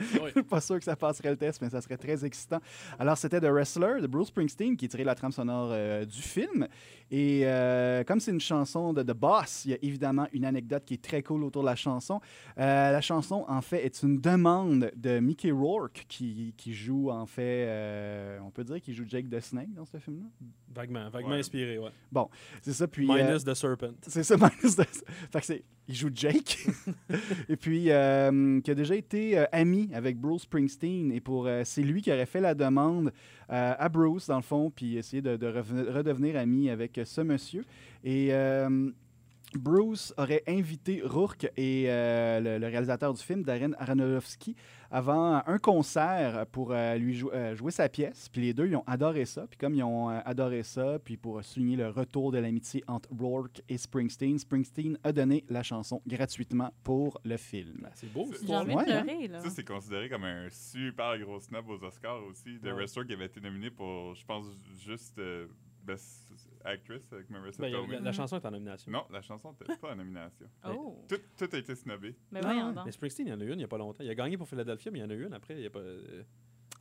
Speaker 4: Oui.
Speaker 2: Je suis pas sûr que ça passerait le test, mais ça serait très excitant. Alors, c'était The Wrestler de Bruce Springsteen qui est tiré de la trame sonore euh, du film. Et euh, comme c'est une chanson de The Boss, il y a évidemment une anecdote qui est très cool autour de la chanson. Euh, la chanson, en fait, est une demande de Mickey Rourke qui, qui joue, en fait, euh, on peut dire qu'il joue Jake the Snake dans ce film-là.
Speaker 4: Vaguement, vaguement
Speaker 1: Ouais.
Speaker 4: inspiré, ouais.
Speaker 2: C'est ça, puis... euh,
Speaker 4: Minus The Serpent.
Speaker 2: c'est ça, Minus the- Fait que c'est- il joue Jake. et puis, euh, qui a déjà été euh, ami avec Bruce Springsteen. Et pour, euh, c'est lui qui aurait fait la demande euh, à Bruce, dans le fond, puis essayer de, de reven- redevenir ami avec euh, ce monsieur. Et euh, Bruce aurait invité Rourke et euh, le, le réalisateur du film, Darren Aronofsky, avant un concert pour euh, lui jou- euh, jouer sa pièce. Puis les deux, ils ont adoré ça. Puis comme ils ont euh, adoré ça, puis pour souligner le retour de l'amitié entre Rourke et Springsteen, Springsteen a donné la chanson gratuitement pour le
Speaker 3: Ben,
Speaker 2: film.
Speaker 4: C'est beau,
Speaker 1: C'est-
Speaker 4: c'est
Speaker 3: J'ai envie
Speaker 2: Ouais,
Speaker 3: de pleurer, là.
Speaker 1: Ça, c'est considéré comme un super gros snob aux Oscars aussi. The
Speaker 4: Ouais.
Speaker 1: Wrestler qui avait été nominé pour, je pense, juste euh, Best Actress avec Marissa
Speaker 4: Ben, y a-
Speaker 1: Tomei.
Speaker 4: la, la chanson est en nomination.
Speaker 1: Non, la chanson n'était pas en nomination.
Speaker 3: Oh!
Speaker 1: Tout, tout a été snobé.
Speaker 3: Mais
Speaker 2: Ah,
Speaker 3: voyons
Speaker 2: ouais.
Speaker 3: donc.
Speaker 4: Mais Springsteen, il y en a eu une il n'y a pas longtemps. Il a gagné pour Philadelphia, mais il y en a eu une après. Il y a pas. euh,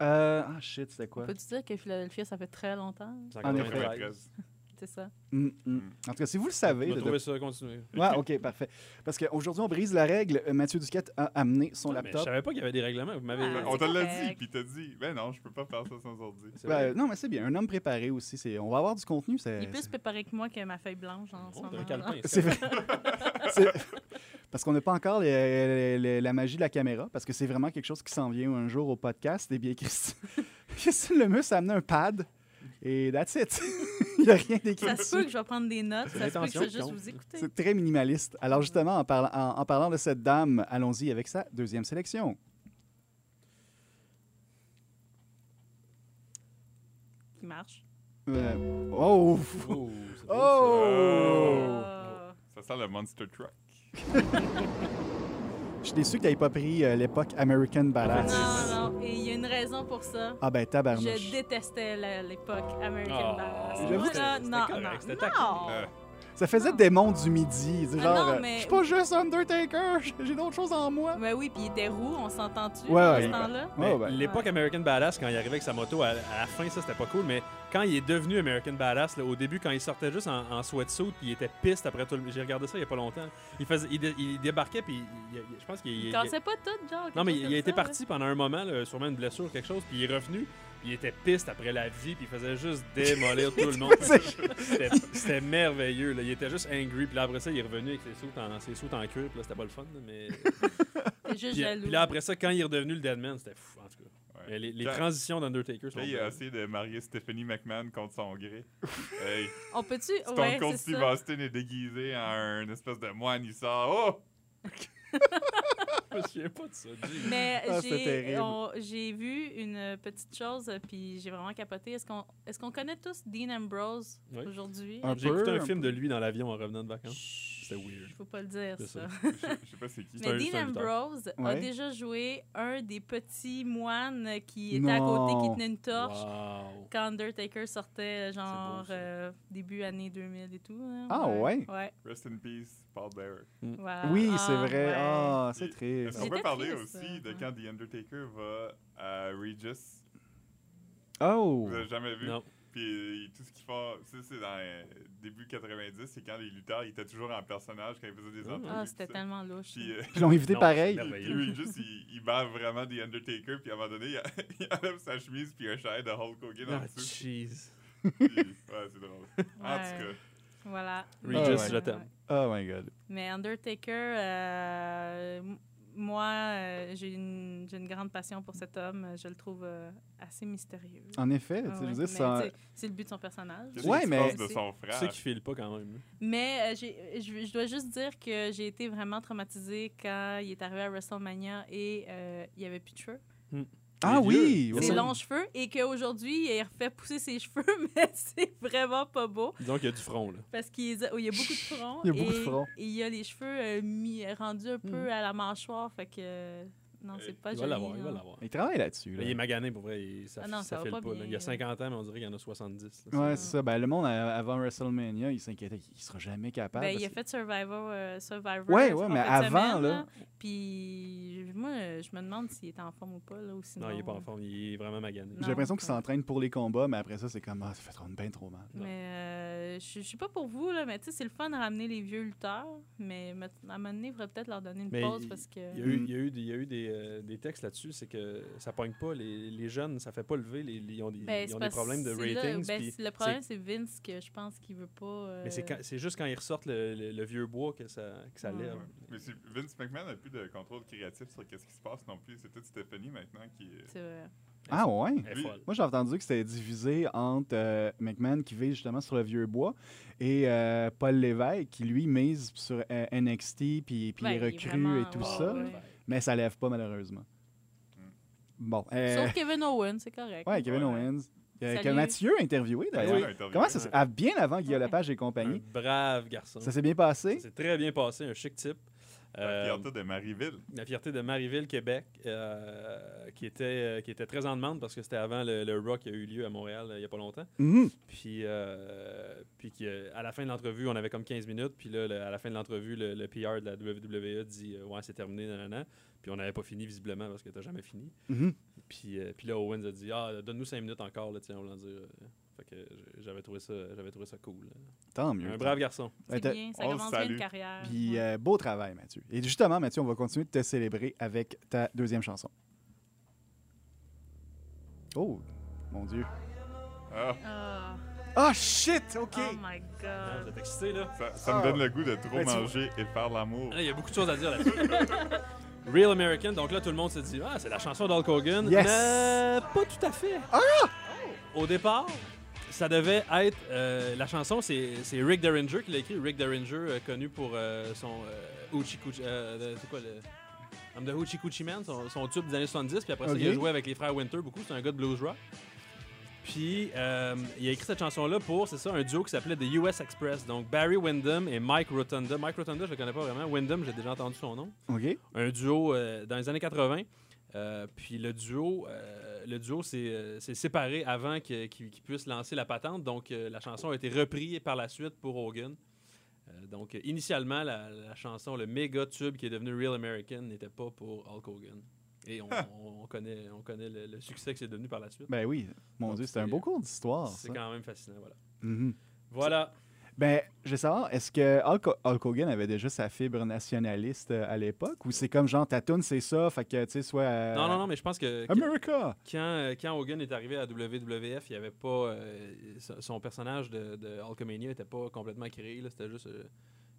Speaker 2: Euh, ah shit, c'était quoi?
Speaker 3: Peux-tu dire que Philadelphia, ça fait très longtemps?
Speaker 4: c'est
Speaker 2: En
Speaker 4: encore
Speaker 2: effet.
Speaker 1: 93.
Speaker 3: C'est ça?
Speaker 2: Mm, mm. En tout cas, si vous le savez, de-
Speaker 4: On va
Speaker 2: de-
Speaker 4: trouver ça continuer.
Speaker 2: Ouais, Ah, ok, parfait. Parce qu'aujourd'hui, on brise la règle. Euh, Mathieu Duquette a amené son
Speaker 4: Ah, mais Je
Speaker 2: laptop.
Speaker 4: savais pas qu'il y avait des règlements. Vous m'avez.
Speaker 3: Ah,
Speaker 1: On te
Speaker 3: c'est
Speaker 1: l'a
Speaker 3: correct.
Speaker 1: dit, puis t'as dit, ben non, je peux pas faire ça sans ordi.
Speaker 4: C'est
Speaker 2: Ben,
Speaker 4: vrai.
Speaker 2: euh, non, mais c'est bien. Un homme préparé aussi. c'est- On va avoir du contenu. c'est-
Speaker 3: Il est plus préparé que moi que ma feuille blanche en ce
Speaker 4: Oh, t'as
Speaker 3: moment.
Speaker 4: un calepin,
Speaker 2: C'est vrai. C'est- Parce qu'on n'a pas encore les- les- la magie de la caméra, parce que c'est vraiment quelque chose qui s'en vient un jour au podcast. Et bien, Christine, Christine Lemus a amené un pad et that's it. Il n'y a rien d'écrit.
Speaker 3: Ça se peut que je vais prendre des notes,
Speaker 4: C'est
Speaker 3: ça se peut que je vais
Speaker 4: l'intention
Speaker 3: juste
Speaker 4: qui
Speaker 3: vous écouter.
Speaker 2: C'est très minimaliste. Alors, justement, en, parlant- en- en parlant de cette dame, allons-y avec sa deuxième sélection.
Speaker 3: Qui marche.
Speaker 2: Euh, oh!
Speaker 4: Oh, c'est beau,
Speaker 2: Oh!
Speaker 3: Euh,
Speaker 1: Ça sent le Monster Truck.
Speaker 2: Je suis déçu que tu n'aies pas pris euh, l'époque American Badass.
Speaker 3: Non, non, et il y a une raison pour ça.
Speaker 2: Ah ben, tabarnouche.
Speaker 3: Je détestais la- l'époque American
Speaker 4: Oh.
Speaker 3: Badass.
Speaker 2: J'avoue que
Speaker 3: Voilà,
Speaker 4: c'était-
Speaker 3: non,
Speaker 4: c'était correct, c'était
Speaker 3: non, non.
Speaker 1: Euh,
Speaker 2: Ça faisait démon du midi. C'est
Speaker 3: Ah
Speaker 2: genre,
Speaker 3: non,
Speaker 2: euh,
Speaker 3: mais-
Speaker 2: je suis pas juste Undertaker, j'ai- j'ai d'autres choses en moi.
Speaker 3: Mais Ben oui, puis il était roux, on s'entend-tu
Speaker 2: Ouais, ouais,
Speaker 3: à ce
Speaker 2: il-
Speaker 3: temps-là?
Speaker 4: Mais
Speaker 2: Oh, ben.
Speaker 4: L'époque
Speaker 3: Ouais.
Speaker 4: American Badass, quand il arrivait avec sa moto à, à la fin, ça c'était pas cool, mais quand il est devenu American Badass, là, au début, quand il sortait juste en, en sweatsuit, puis il était piste après tout le. J'ai regardé ça il y a pas longtemps. Il, faisait, il, dé- il débarquait, puis il- il- il- je pense qu'il.
Speaker 3: Il
Speaker 4: il-
Speaker 3: cassait pas tout, genre.
Speaker 4: non,
Speaker 3: quelque
Speaker 4: mais
Speaker 3: chose
Speaker 4: il,
Speaker 3: comme
Speaker 4: a été
Speaker 3: ça,
Speaker 4: parti pendant un moment, là, sûrement une blessure, quelque chose, puis il est revenu, puis il était piste après la vie, puis il faisait juste démolir tout le monde.
Speaker 2: C'est-
Speaker 4: C'était c'était merveilleux, là. il était juste angry, puis là, après ça, il est revenu avec ses sauts en, ses sauts en cuir, puis là, c'était pas le fun, là, mais.
Speaker 3: là. Juste
Speaker 4: Puis,
Speaker 3: jaloux.
Speaker 4: puis là, après ça, quand il est redevenu le Deadman, c'était fou, en tout cas.
Speaker 1: Ouais. euh,
Speaker 4: Mais Les, les
Speaker 1: Quand-
Speaker 4: transitions d'Undertaker sont.
Speaker 1: Là, il a
Speaker 4: bonnes.
Speaker 1: essayé de marier Stephanie McMahon contre son gré. Hey,
Speaker 3: On peut-tu.
Speaker 1: Stone
Speaker 3: Ouais,
Speaker 1: Cold
Speaker 3: c'est
Speaker 1: Steve
Speaker 3: ça.
Speaker 1: Austin est déguisé en un espèce de moine, il sort. Oh!
Speaker 4: Je me souviens pas de ça. Dieu.
Speaker 3: Mais
Speaker 2: Ah, c'était
Speaker 3: j'ai
Speaker 2: terrible.
Speaker 3: on- j'ai vu une petite chose, puis j'ai vraiment capoté. Est-ce qu'on est qu'on connaît tous Dean Ambrose
Speaker 4: Oui.
Speaker 3: aujourd'hui?
Speaker 2: Un
Speaker 4: J'ai
Speaker 2: peu,
Speaker 4: écouté
Speaker 2: un
Speaker 4: un film
Speaker 2: peu.
Speaker 4: de lui dans l'avion en revenant de vacances.
Speaker 3: C'était
Speaker 4: C'était weird.
Speaker 3: Faut pas le dire,
Speaker 4: C'est
Speaker 3: ça.
Speaker 4: ça.
Speaker 1: Je je sais pas c'est qui.
Speaker 4: un-
Speaker 3: Mais
Speaker 4: c'est
Speaker 3: Dean
Speaker 4: un lutteur.
Speaker 3: Ambrose a
Speaker 2: Ouais.
Speaker 3: déjà joué un des petits moines qui était à
Speaker 2: Non.
Speaker 3: côté, qui tenait une torche.
Speaker 4: Wow.
Speaker 3: Quand Undertaker sortait, genre,
Speaker 4: ça.
Speaker 3: euh, début année 2000 et tout. hein,
Speaker 2: Ah, ouais?
Speaker 3: Ouais.
Speaker 1: Rest in peace, Paul Bearer.
Speaker 3: voilà.
Speaker 2: Oui,
Speaker 3: Ah,
Speaker 2: c'est vrai.
Speaker 3: ouais.
Speaker 2: Ah, c'est
Speaker 1: Et-
Speaker 2: triste.
Speaker 1: Est-ce qu'on
Speaker 3: C'était
Speaker 1: peut parler
Speaker 3: triste,
Speaker 1: aussi de
Speaker 3: hein.
Speaker 1: quand The Undertaker va à Regis?
Speaker 2: Oh!
Speaker 4: Ah
Speaker 1: Vous avez jamais vu?
Speaker 4: Non.
Speaker 1: Puis euh, tout ce qu'ils font, ça c'est dans les début 90, c'est quand les lutteurs ils étaient toujours en personnage quand ils faisaient des
Speaker 4: Ah.
Speaker 1: entrevues.
Speaker 3: Ah,
Speaker 1: puis
Speaker 3: c'était
Speaker 1: ça.
Speaker 3: tellement louche.
Speaker 1: Puis, euh,
Speaker 2: Ils l'ont évité
Speaker 4: Non,
Speaker 2: pareil.
Speaker 4: c'est
Speaker 1: puis- puis Regis, il, il bat vraiment The Undertaker, puis à un moment donné, il, il enlève sa chemise, puis un chalet de Hulk Hogan en
Speaker 4: Ah,
Speaker 1: dessous.
Speaker 4: jeez.
Speaker 1: Puis- ouais, c'est drôle. En
Speaker 3: Ouais.
Speaker 1: tout cas,
Speaker 3: Voilà.
Speaker 4: Regis,
Speaker 2: Ah ouais.
Speaker 4: je t'aime.
Speaker 2: Oh my god.
Speaker 3: Mais Undertaker, euh, m- moi, euh, j'ai une, j'ai une grande passion pour cet homme. Je le trouve euh, assez mystérieux.
Speaker 2: En effet, tu
Speaker 3: Ah
Speaker 2: sais, je
Speaker 3: ouais,
Speaker 2: veux dire,
Speaker 3: mais
Speaker 2: c'est un-
Speaker 3: tu sais, C'est le but de son personnage.
Speaker 1: Qu'est-ce
Speaker 2: Ouais,
Speaker 1: qui se
Speaker 2: mais-
Speaker 1: passe de son
Speaker 4: Tu
Speaker 1: frère.
Speaker 4: sais qu'il file pas quand même. là.
Speaker 3: Mais euh, j'ai- je je dois juste dire que j'ai été vraiment traumatisée quand il est arrivé à WrestleMania et euh, il n'y avait plus de cheveux.
Speaker 2: Ah
Speaker 4: vieux.
Speaker 2: oui!
Speaker 4: C'est
Speaker 3: Ses
Speaker 2: oui.
Speaker 3: longs cheveux et qu'aujourd'hui, il refait pousser ses cheveux, mais c'est vraiment pas beau
Speaker 4: Disons qu'il y a du front, là.
Speaker 3: parce qu'il a- oh, il y a beaucoup de front.
Speaker 2: Il y a beaucoup
Speaker 3: et,
Speaker 2: de front.
Speaker 3: et il a les cheveux euh, mis, rendus un peu
Speaker 2: Mhm.
Speaker 3: à la mâchoire. Fait que euh, non, c'est pas
Speaker 4: il va
Speaker 3: joli. hein.
Speaker 4: l'avoir, il va
Speaker 3: non.
Speaker 4: l'avoir.
Speaker 2: Il travaille là-dessus.
Speaker 4: Mais
Speaker 2: Là.
Speaker 4: il est magané, pour vrai. il- ça,
Speaker 3: Ah non,
Speaker 4: ça
Speaker 3: ça va
Speaker 4: file
Speaker 3: pas
Speaker 4: pas.
Speaker 3: bien,
Speaker 4: là. Il y a
Speaker 3: là.
Speaker 4: 50 ans, mais on dirait qu'il y en a 70. là.
Speaker 2: Ouais, c'est ça. Ben, le monde, euh, avant WrestleMania, il s'inquiétait qu'il sera jamais capable.
Speaker 3: Ben, il a
Speaker 2: parce que-
Speaker 3: fait Survivor. euh, Survivor
Speaker 2: Ouais,
Speaker 3: en
Speaker 2: ouais, mais
Speaker 3: fin de
Speaker 2: avant,
Speaker 3: semaine,
Speaker 2: là.
Speaker 3: Puis moi, euh, je me demande s'il est en forme ou pas. Là, ou sinon,
Speaker 4: Non, il est pas
Speaker 3: euh,
Speaker 4: en forme. Il est vraiment magané.
Speaker 2: J'ai
Speaker 3: Non,
Speaker 2: l'impression qu'il
Speaker 3: ouais.
Speaker 2: s'entraîne pour les combats, mais après ça, c'est comme, ah, ça fait trop bien trop mal.
Speaker 4: Non.
Speaker 3: Mais euh, je je suis pas pour vous, là, mais tu sais, c'est le fun de ramener les vieux lutteurs, mais mat- à un moment donné, il faudrait peut-être leur donner une
Speaker 4: Mais
Speaker 3: pause parce que.
Speaker 4: Il y a eu, il y a eu, des- il y a eu des, euh, des textes là-dessus, c'est que ça pogne pas. Les, les jeunes, ça fait pas lever. les- les- ils ont des,
Speaker 3: Ben,
Speaker 4: ils
Speaker 3: c'est
Speaker 4: ont des
Speaker 3: parce-
Speaker 4: problèmes de
Speaker 3: c'est là-
Speaker 4: ratings.
Speaker 3: ben,
Speaker 4: puis
Speaker 3: c'est- le problème, c'est Vince que je pense qu'il veut pas.
Speaker 4: Mais c'est
Speaker 3: euh,
Speaker 4: quand- c'est juste quand ils ressortent le, le- le vieux bois que ça, que ça
Speaker 3: Ouais.
Speaker 4: lève.
Speaker 1: Mais c'est- Vince McMahon n'a plus de contrôle créatif sur qu'est-ce qui se passe non plus. C'est toute Stephanie maintenant qui. est-
Speaker 3: c'est vrai.
Speaker 2: Ah ouais?
Speaker 4: Elle est folle.
Speaker 2: Moi, j'ai entendu que c'était divisé entre euh, McMahon, qui vise justement sur le vieux bois, et euh, Paul Lévesque, qui lui mise sur euh, NXT, puis, puis
Speaker 3: Ouais,
Speaker 2: les
Speaker 3: Ben, il est
Speaker 2: recrues
Speaker 3: vraiment-
Speaker 2: et tout
Speaker 3: ouais,
Speaker 2: ça.
Speaker 3: Ah, ouais.
Speaker 2: Mais ça lève pas, malheureusement.
Speaker 4: Hmm.
Speaker 1: Mm.
Speaker 2: Bon. euh,
Speaker 3: Sauf Kevin Owens, c'est correct.
Speaker 2: ouais, Kevin
Speaker 1: Ouais.
Speaker 2: Owens. euh, que
Speaker 3: Salut.
Speaker 2: Mathieu a interviewé,
Speaker 4: Ben,
Speaker 1: Elle a
Speaker 2: d'ailleurs.
Speaker 1: interviewé.
Speaker 2: Comment ça se... ah, bien avant Guillaume
Speaker 3: Ouais.
Speaker 2: Lepage et
Speaker 4: Un
Speaker 2: compagnie.
Speaker 4: brave garçon.
Speaker 2: Ça s'est bien passé?
Speaker 4: C'est très bien passé, un chic type.
Speaker 1: La
Speaker 4: Euh,
Speaker 1: fierté de Marieville.
Speaker 4: la fierté de Marieville, Québec, euh, qui, était, euh, qui était très en demande parce que c'était avant le, le rock qui a eu lieu à Montréal euh, il n'y a pas longtemps.
Speaker 2: Mhm.
Speaker 4: Puis, euh, puis que, euh, à la fin de l'entrevue, on avait comme 15 minutes. Puis là, le- à la fin de l'entrevue, le, le PR de la WWE dit euh, Ouais, c'est terminé, nanana. Puis on n'avait pas fini, visiblement, parce que t'as jamais fini.
Speaker 2: Mhm.
Speaker 4: Puis, euh, puis là, Owens a dit Ah, donne-nous 5 minutes encore, là, tiens, on va en dire. euh. Fait que j- j'avais trouvé ça, j'avais trouvé ça cool.
Speaker 2: Tant mieux.
Speaker 4: Un brave garçon.
Speaker 2: Ouais,
Speaker 3: C'est
Speaker 2: t'as-
Speaker 3: bien, ça
Speaker 1: on le
Speaker 3: commence bien
Speaker 1: salue.
Speaker 3: une carrière.
Speaker 2: Puis
Speaker 3: Ouais.
Speaker 2: euh, beau travail, Mathieu. Et justement, Mathieu, on va continuer de te célébrer avec ta deuxième chanson. Oh, mon Dieu.
Speaker 1: Ah,
Speaker 3: Ah,
Speaker 2: Ah, shit! OK!
Speaker 3: Oh
Speaker 4: Ah,
Speaker 3: my god.
Speaker 4: Vous êtes excité, là
Speaker 1: ça ça me donne le goût de trop
Speaker 2: Ben, tu vois-
Speaker 1: manger et de faire l'amour.
Speaker 4: Ah, là, Il y a beaucoup de choses à dire là-dessus. Real American, donc là, tout le monde se dit Ah, c'est la chanson d'Hulk Hogan.
Speaker 2: Yes!
Speaker 4: Mais pas tout à fait. Au départ, ça devait être. euh, la chanson, c'est c'est Rick Derringer qui l'a écrit. Rick Derringer, euh, connu pour euh, son euh, Hoochie Coochie. euh, le- c'est quoi le. Comme de Hoochie Coochie Man, son, son tube des années 70. Puis après ça,
Speaker 2: Ok.
Speaker 4: il a joué avec les frères Winter beaucoup. C'est un gars de blues rock. Puis euh, il a écrit cette chanson-là pour, c'est ça, un duo qui s'appelait The US Express. Donc Barry Windham et Mike Rotunda. Mike Rotunda, je le connais pas vraiment. Windham, j'ai déjà entendu son nom
Speaker 2: OK.
Speaker 4: un duo euh, dans les années 80. Euh, puis le duo, euh, le duo s'est euh, s'est séparé avant que- qu'il qu'il puisse lancer la patente. Donc euh, la chanson a été reprise par la suite pour Hogan. Euh, donc euh, initialement, la, la chanson, le méga tube qui est devenu Real American, n'était pas pour Hulk Hogan. Et on,
Speaker 2: Ah.
Speaker 4: on- on connaît, on connaît le, le succès que c'est devenu par la suite.
Speaker 2: Ben oui, mon
Speaker 4: Donc,
Speaker 2: Dieu, c'était un
Speaker 4: c'est-
Speaker 2: beau cours d'histoire,
Speaker 4: c'est
Speaker 2: ça.
Speaker 4: quand même fascinant. Voilà.
Speaker 2: Mhm.
Speaker 4: Voilà.
Speaker 2: Ben, je veux savoir, est-ce que Hulk, Hulk Hogan avait déjà sa fibre nationaliste euh, à l'époque? Ou c'est comme genre, ta toune, c'est ça, fait que, tu sais, soit... euh,
Speaker 4: Non, non, non, mais je pense que. que-
Speaker 2: America!
Speaker 4: Quand, euh, quand Hogan est arrivé à WWF, il y avait pas euh, son- son personnage de, de Hulkamania n'était pas complètement créé. là. C'était juste, euh,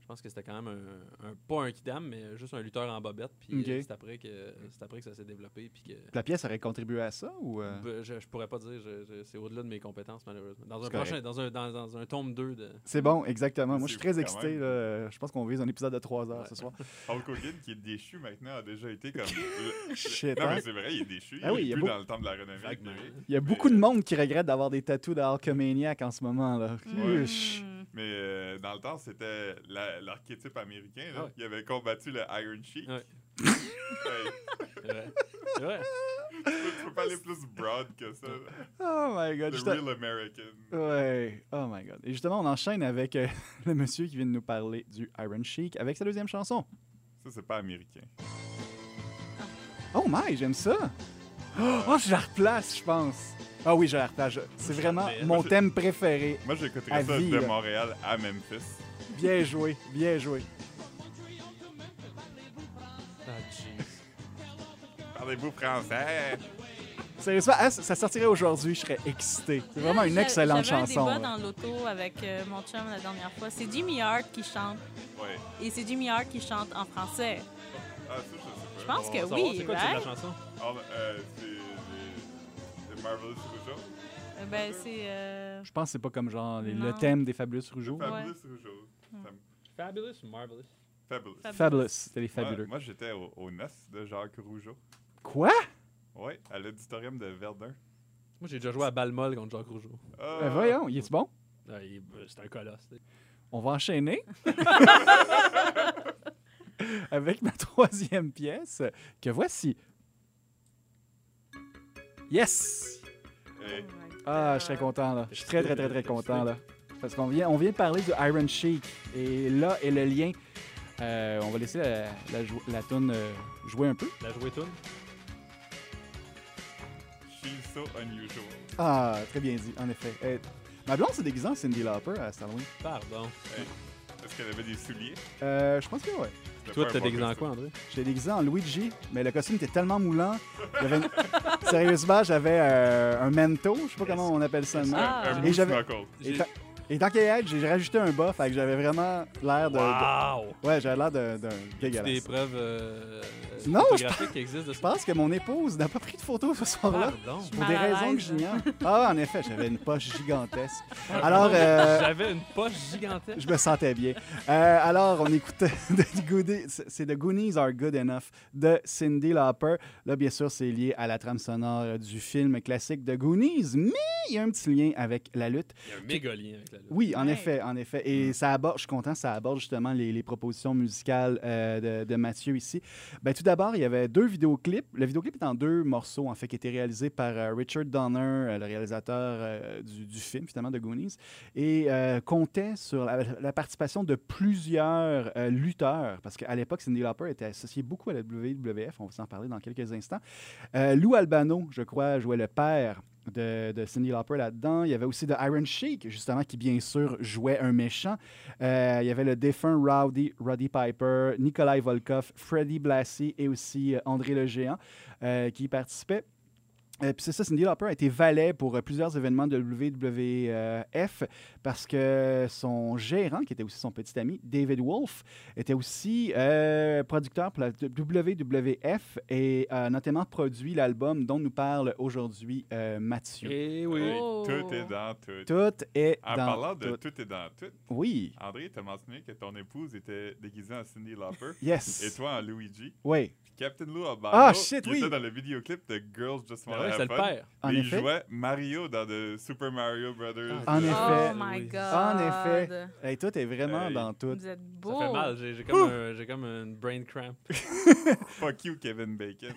Speaker 4: je pense que c'était quand même un, un- pas un kidam, mais juste un lutteur en bobette. Puis
Speaker 2: Ok.
Speaker 4: euh, c'est après que c'est après que ça s'est développé. Puis que
Speaker 2: La pièce aurait contribué à ça, ou... euh?
Speaker 4: Ben, je, je pourrais pas dire, je- je- c'est au-delà de mes compétences malheureusement. Dans un
Speaker 2: C'est
Speaker 4: prochain, dans un dans, dans un tome 2 de.
Speaker 2: C'est bon, exactement. Moi, je
Speaker 1: C'est
Speaker 2: suis très
Speaker 1: fou, quand
Speaker 2: excité.
Speaker 1: même.
Speaker 2: là. Je pense qu'on vise un épisode de 3 heures
Speaker 4: Ouais.
Speaker 2: ce soir.
Speaker 1: Hulk Hogan, qui est déchu maintenant, a déjà été comme. le-
Speaker 2: Shit,
Speaker 1: non,
Speaker 2: hein?
Speaker 1: mais c'est vrai, il est déchu.
Speaker 2: Ah oui, il
Speaker 1: il
Speaker 2: y
Speaker 1: est
Speaker 2: a
Speaker 1: plus
Speaker 2: beaucoup-
Speaker 1: dans le temps de la renommée.
Speaker 4: Vaguement.
Speaker 1: mais-
Speaker 2: Il y a beaucoup de monde qui regrette d'avoir des tatous de Hulkamaniac en ce moment. là.
Speaker 1: Ouais.
Speaker 2: Uch.
Speaker 3: Mm.
Speaker 1: Mais euh, dans le temps, c'était la- l'archétype américain. Là.
Speaker 4: Ah Ouais.
Speaker 1: Il avait combattu le Iron Sheik.
Speaker 4: Ouais.
Speaker 1: Hey,
Speaker 4: C'est vrai. C'est vrai.
Speaker 1: tu peux pas aller plus broad que ça. là.
Speaker 2: Oh my god.
Speaker 1: The
Speaker 2: juste à-
Speaker 1: real American.
Speaker 2: Ouais. Oh my god. Et justement, on enchaîne avec euh, le monsieur qui vient de nous parler du Iron Sheik avec sa deuxième chanson.
Speaker 1: Ça, c'est pas américain.
Speaker 2: Oh my, j'aime ça. Oh, oh, je la replace, je pense. Ah oui, je la replace. C'est vraiment
Speaker 4: Mais-
Speaker 2: mon thème préféré.
Speaker 1: Moi,
Speaker 2: À
Speaker 1: j'écouterais ça
Speaker 2: vie,
Speaker 1: de
Speaker 2: là.
Speaker 1: Montréal à Memphis.
Speaker 2: Bien joué, bien joué.
Speaker 4: Ah, jeez.
Speaker 1: Parlez-vous français?
Speaker 2: Sérieusement, ah, ça ça sortirait aujourd'hui, je serais excité. C'est vraiment une
Speaker 3: J'a-
Speaker 2: excellente
Speaker 3: J'avais
Speaker 2: chanson.
Speaker 3: un débat
Speaker 2: là.
Speaker 3: dans l'auto avec euh, mon chum la dernière fois. C'est Jimmy Hart qui chante.
Speaker 1: Ouais.
Speaker 3: Et c'est Jimmy Hart qui chante en français.
Speaker 1: Ah, ça, je sais pas.
Speaker 3: Je pense
Speaker 4: On
Speaker 3: que
Speaker 4: va savoir,
Speaker 3: oui,
Speaker 4: C'est quoi le titre de la
Speaker 3: right?
Speaker 4: chanson?
Speaker 1: Ah, ben, euh, c'est- c'est. c'est Marvelous Rougeau.
Speaker 3: Euh, Ben, c'est... euh,
Speaker 2: Je pense que c'est pas comme genre les- le
Speaker 3: Non.
Speaker 2: thème des Fabulous Rougeaux.
Speaker 1: Fabulous Rougeau. Ça me-
Speaker 4: Fabulous ou Marvelous?
Speaker 1: Fabulous.
Speaker 3: Fab-
Speaker 2: Fabulous, c'était les
Speaker 1: Moi-
Speaker 2: fabuleux.
Speaker 1: Moi, j'étais au, au noces de Jacques Rougeau.
Speaker 2: Quoi?
Speaker 1: Oui, à l'auditorium de Verdun.
Speaker 4: Moi, j'ai déjà joué à Balmol contre Jacques Rougeau.
Speaker 1: Ah,
Speaker 2: Ben voyons, il est bon?
Speaker 4: Ah, il- euh, C'est un colosse. t'sais.
Speaker 2: On va enchaîner avec ma troisième pièce que voici. Yes!
Speaker 1: eh,
Speaker 3: oh my God.
Speaker 2: Ah, je serais content là. Je suis très très très très content là. Parce qu'on vient, on vient de parler du Iron Sheik et là est le lien. Euh, on va laisser la, la, jou- la toune euh, jouer un peu.
Speaker 4: La jouée tourne.
Speaker 1: she's so unusual.
Speaker 2: Ah, très bien dit, en effet. Euh, ma blonde s'est déguisée en Cindy Lauper à Halloween.
Speaker 4: Pardon.
Speaker 1: Est-ce qu'elle avait des souliers?
Speaker 2: Euh, je pense que ouais.
Speaker 1: C'était
Speaker 4: Toi,
Speaker 1: pas un
Speaker 4: t'as
Speaker 1: bon
Speaker 4: déguisé en
Speaker 1: costume.
Speaker 4: quoi, André?
Speaker 2: Je l'ai déguisé en Luigi, mais le costume était tellement moulant. il y avait une- Sérieusement, j'avais euh, un manteau, je sais pas comment on appelle ça. le nom.
Speaker 3: Ah.
Speaker 1: Un, un
Speaker 2: Et j'avais-
Speaker 1: moose
Speaker 2: Et,
Speaker 4: J'ai-
Speaker 2: ta- et tant qu'à y être, j'ai rajouté un bas, fait que j'avais vraiment l'air de, de-
Speaker 4: Wow!
Speaker 2: Ouais, j'avais l'air de- d'un
Speaker 4: C'est des
Speaker 2: dégueulasse.
Speaker 4: preuves euh,
Speaker 2: Non, je
Speaker 4: photographiques qui existent de
Speaker 2: Je
Speaker 4: ça.
Speaker 2: pense que mon épouse n'a pas pris de photo ce soir-là.
Speaker 4: Pardon.
Speaker 2: Pour
Speaker 3: Mal
Speaker 2: des
Speaker 3: à
Speaker 2: raisons que
Speaker 3: l'aise.
Speaker 2: j'ignore. Ah, en effet, j'avais une poche gigantesque. Alors, euh,
Speaker 4: J'avais une poche gigantesque.
Speaker 2: je me sentais bien. Euh, alors, on écoutait The Goonies- c'est The Goonies Are Good Enough de Cindy Lauper. Là, bien sûr, c'est lié à la trame sonore euh, du film classique The Goonies, mais il y a un petit lien avec la lutte.
Speaker 4: Il y a un méga lien avec la lutte.
Speaker 2: Oui, en
Speaker 3: Ouais.
Speaker 2: effet, en effet. Et ça aborde, je suis content, ça aborde justement les, les propositions musicales euh, de, de Mathieu ici. Ben, tout d'abord, il y avait deux vidéoclips. Le vidéoclip est en deux morceaux, en fait, qui étaient réalisés par euh, Richard Donner, euh, le réalisateur euh, du, du film, finalement, de Goonies, et euh, comptait sur la, la participation de plusieurs euh, lutteurs, parce qu'à l'époque, Cindy Lauper était associée beaucoup à la WWF, on va s'en parler dans quelques instants. Euh, Lou Albano, je crois, jouait le père de, de Cindy Lauper là-dedans. Il y avait aussi The Iron Sheik, justement, qui bien sûr jouait un méchant. Euh, il y avait le défunt Rowdy, Roddy Piper, Nikolai Volkov, Freddy Blassie et aussi euh, André le Géant euh, qui y participaient. Euh, Puis c'est ça, Cindy Lauper a été valet pour euh, plusieurs événements de WWF parce que son gérant, qui était aussi son petit ami, David Wolf, était aussi euh, producteur pour la WWF et a notamment produit l'album dont nous parle aujourd'hui euh, Mathieu.
Speaker 4: Eh
Speaker 1: Oui,
Speaker 4: oui.
Speaker 3: Oh.
Speaker 1: Tout est dans tout.
Speaker 2: Tout est
Speaker 1: En
Speaker 2: dans
Speaker 1: parlant de
Speaker 2: tout.
Speaker 1: tout est dans tout,
Speaker 2: Oui.
Speaker 1: André, t'as mentionné que ton épouse était déguisée en Cindy Lauper
Speaker 2: Yes.
Speaker 1: et toi en Luigi.
Speaker 2: Oui.
Speaker 1: Puis Captain Lou Albano,
Speaker 2: Ah, shit,
Speaker 1: il
Speaker 2: oui.
Speaker 1: était dans le vidéoclip de Girls Just
Speaker 4: Ben
Speaker 1: Wanna
Speaker 4: ouais,
Speaker 1: Have
Speaker 4: c'est le
Speaker 1: Fun.
Speaker 4: père.
Speaker 2: En
Speaker 1: et il
Speaker 2: effet.
Speaker 1: jouait Mario dans The Super Mario Brothers. euh,
Speaker 4: En
Speaker 1: de-
Speaker 2: Ah, effet.
Speaker 3: Oh
Speaker 2: fait-
Speaker 3: my
Speaker 4: Oui.
Speaker 3: God.
Speaker 2: En effet. Hey, tout est vraiment
Speaker 1: Hey.
Speaker 2: dans tout.
Speaker 3: Vous êtes
Speaker 4: Ça
Speaker 3: beau.
Speaker 4: fait mal, j'ai j'ai comme, un- j'ai comme une brain cramp.
Speaker 1: Fuck you, Kevin Bacon.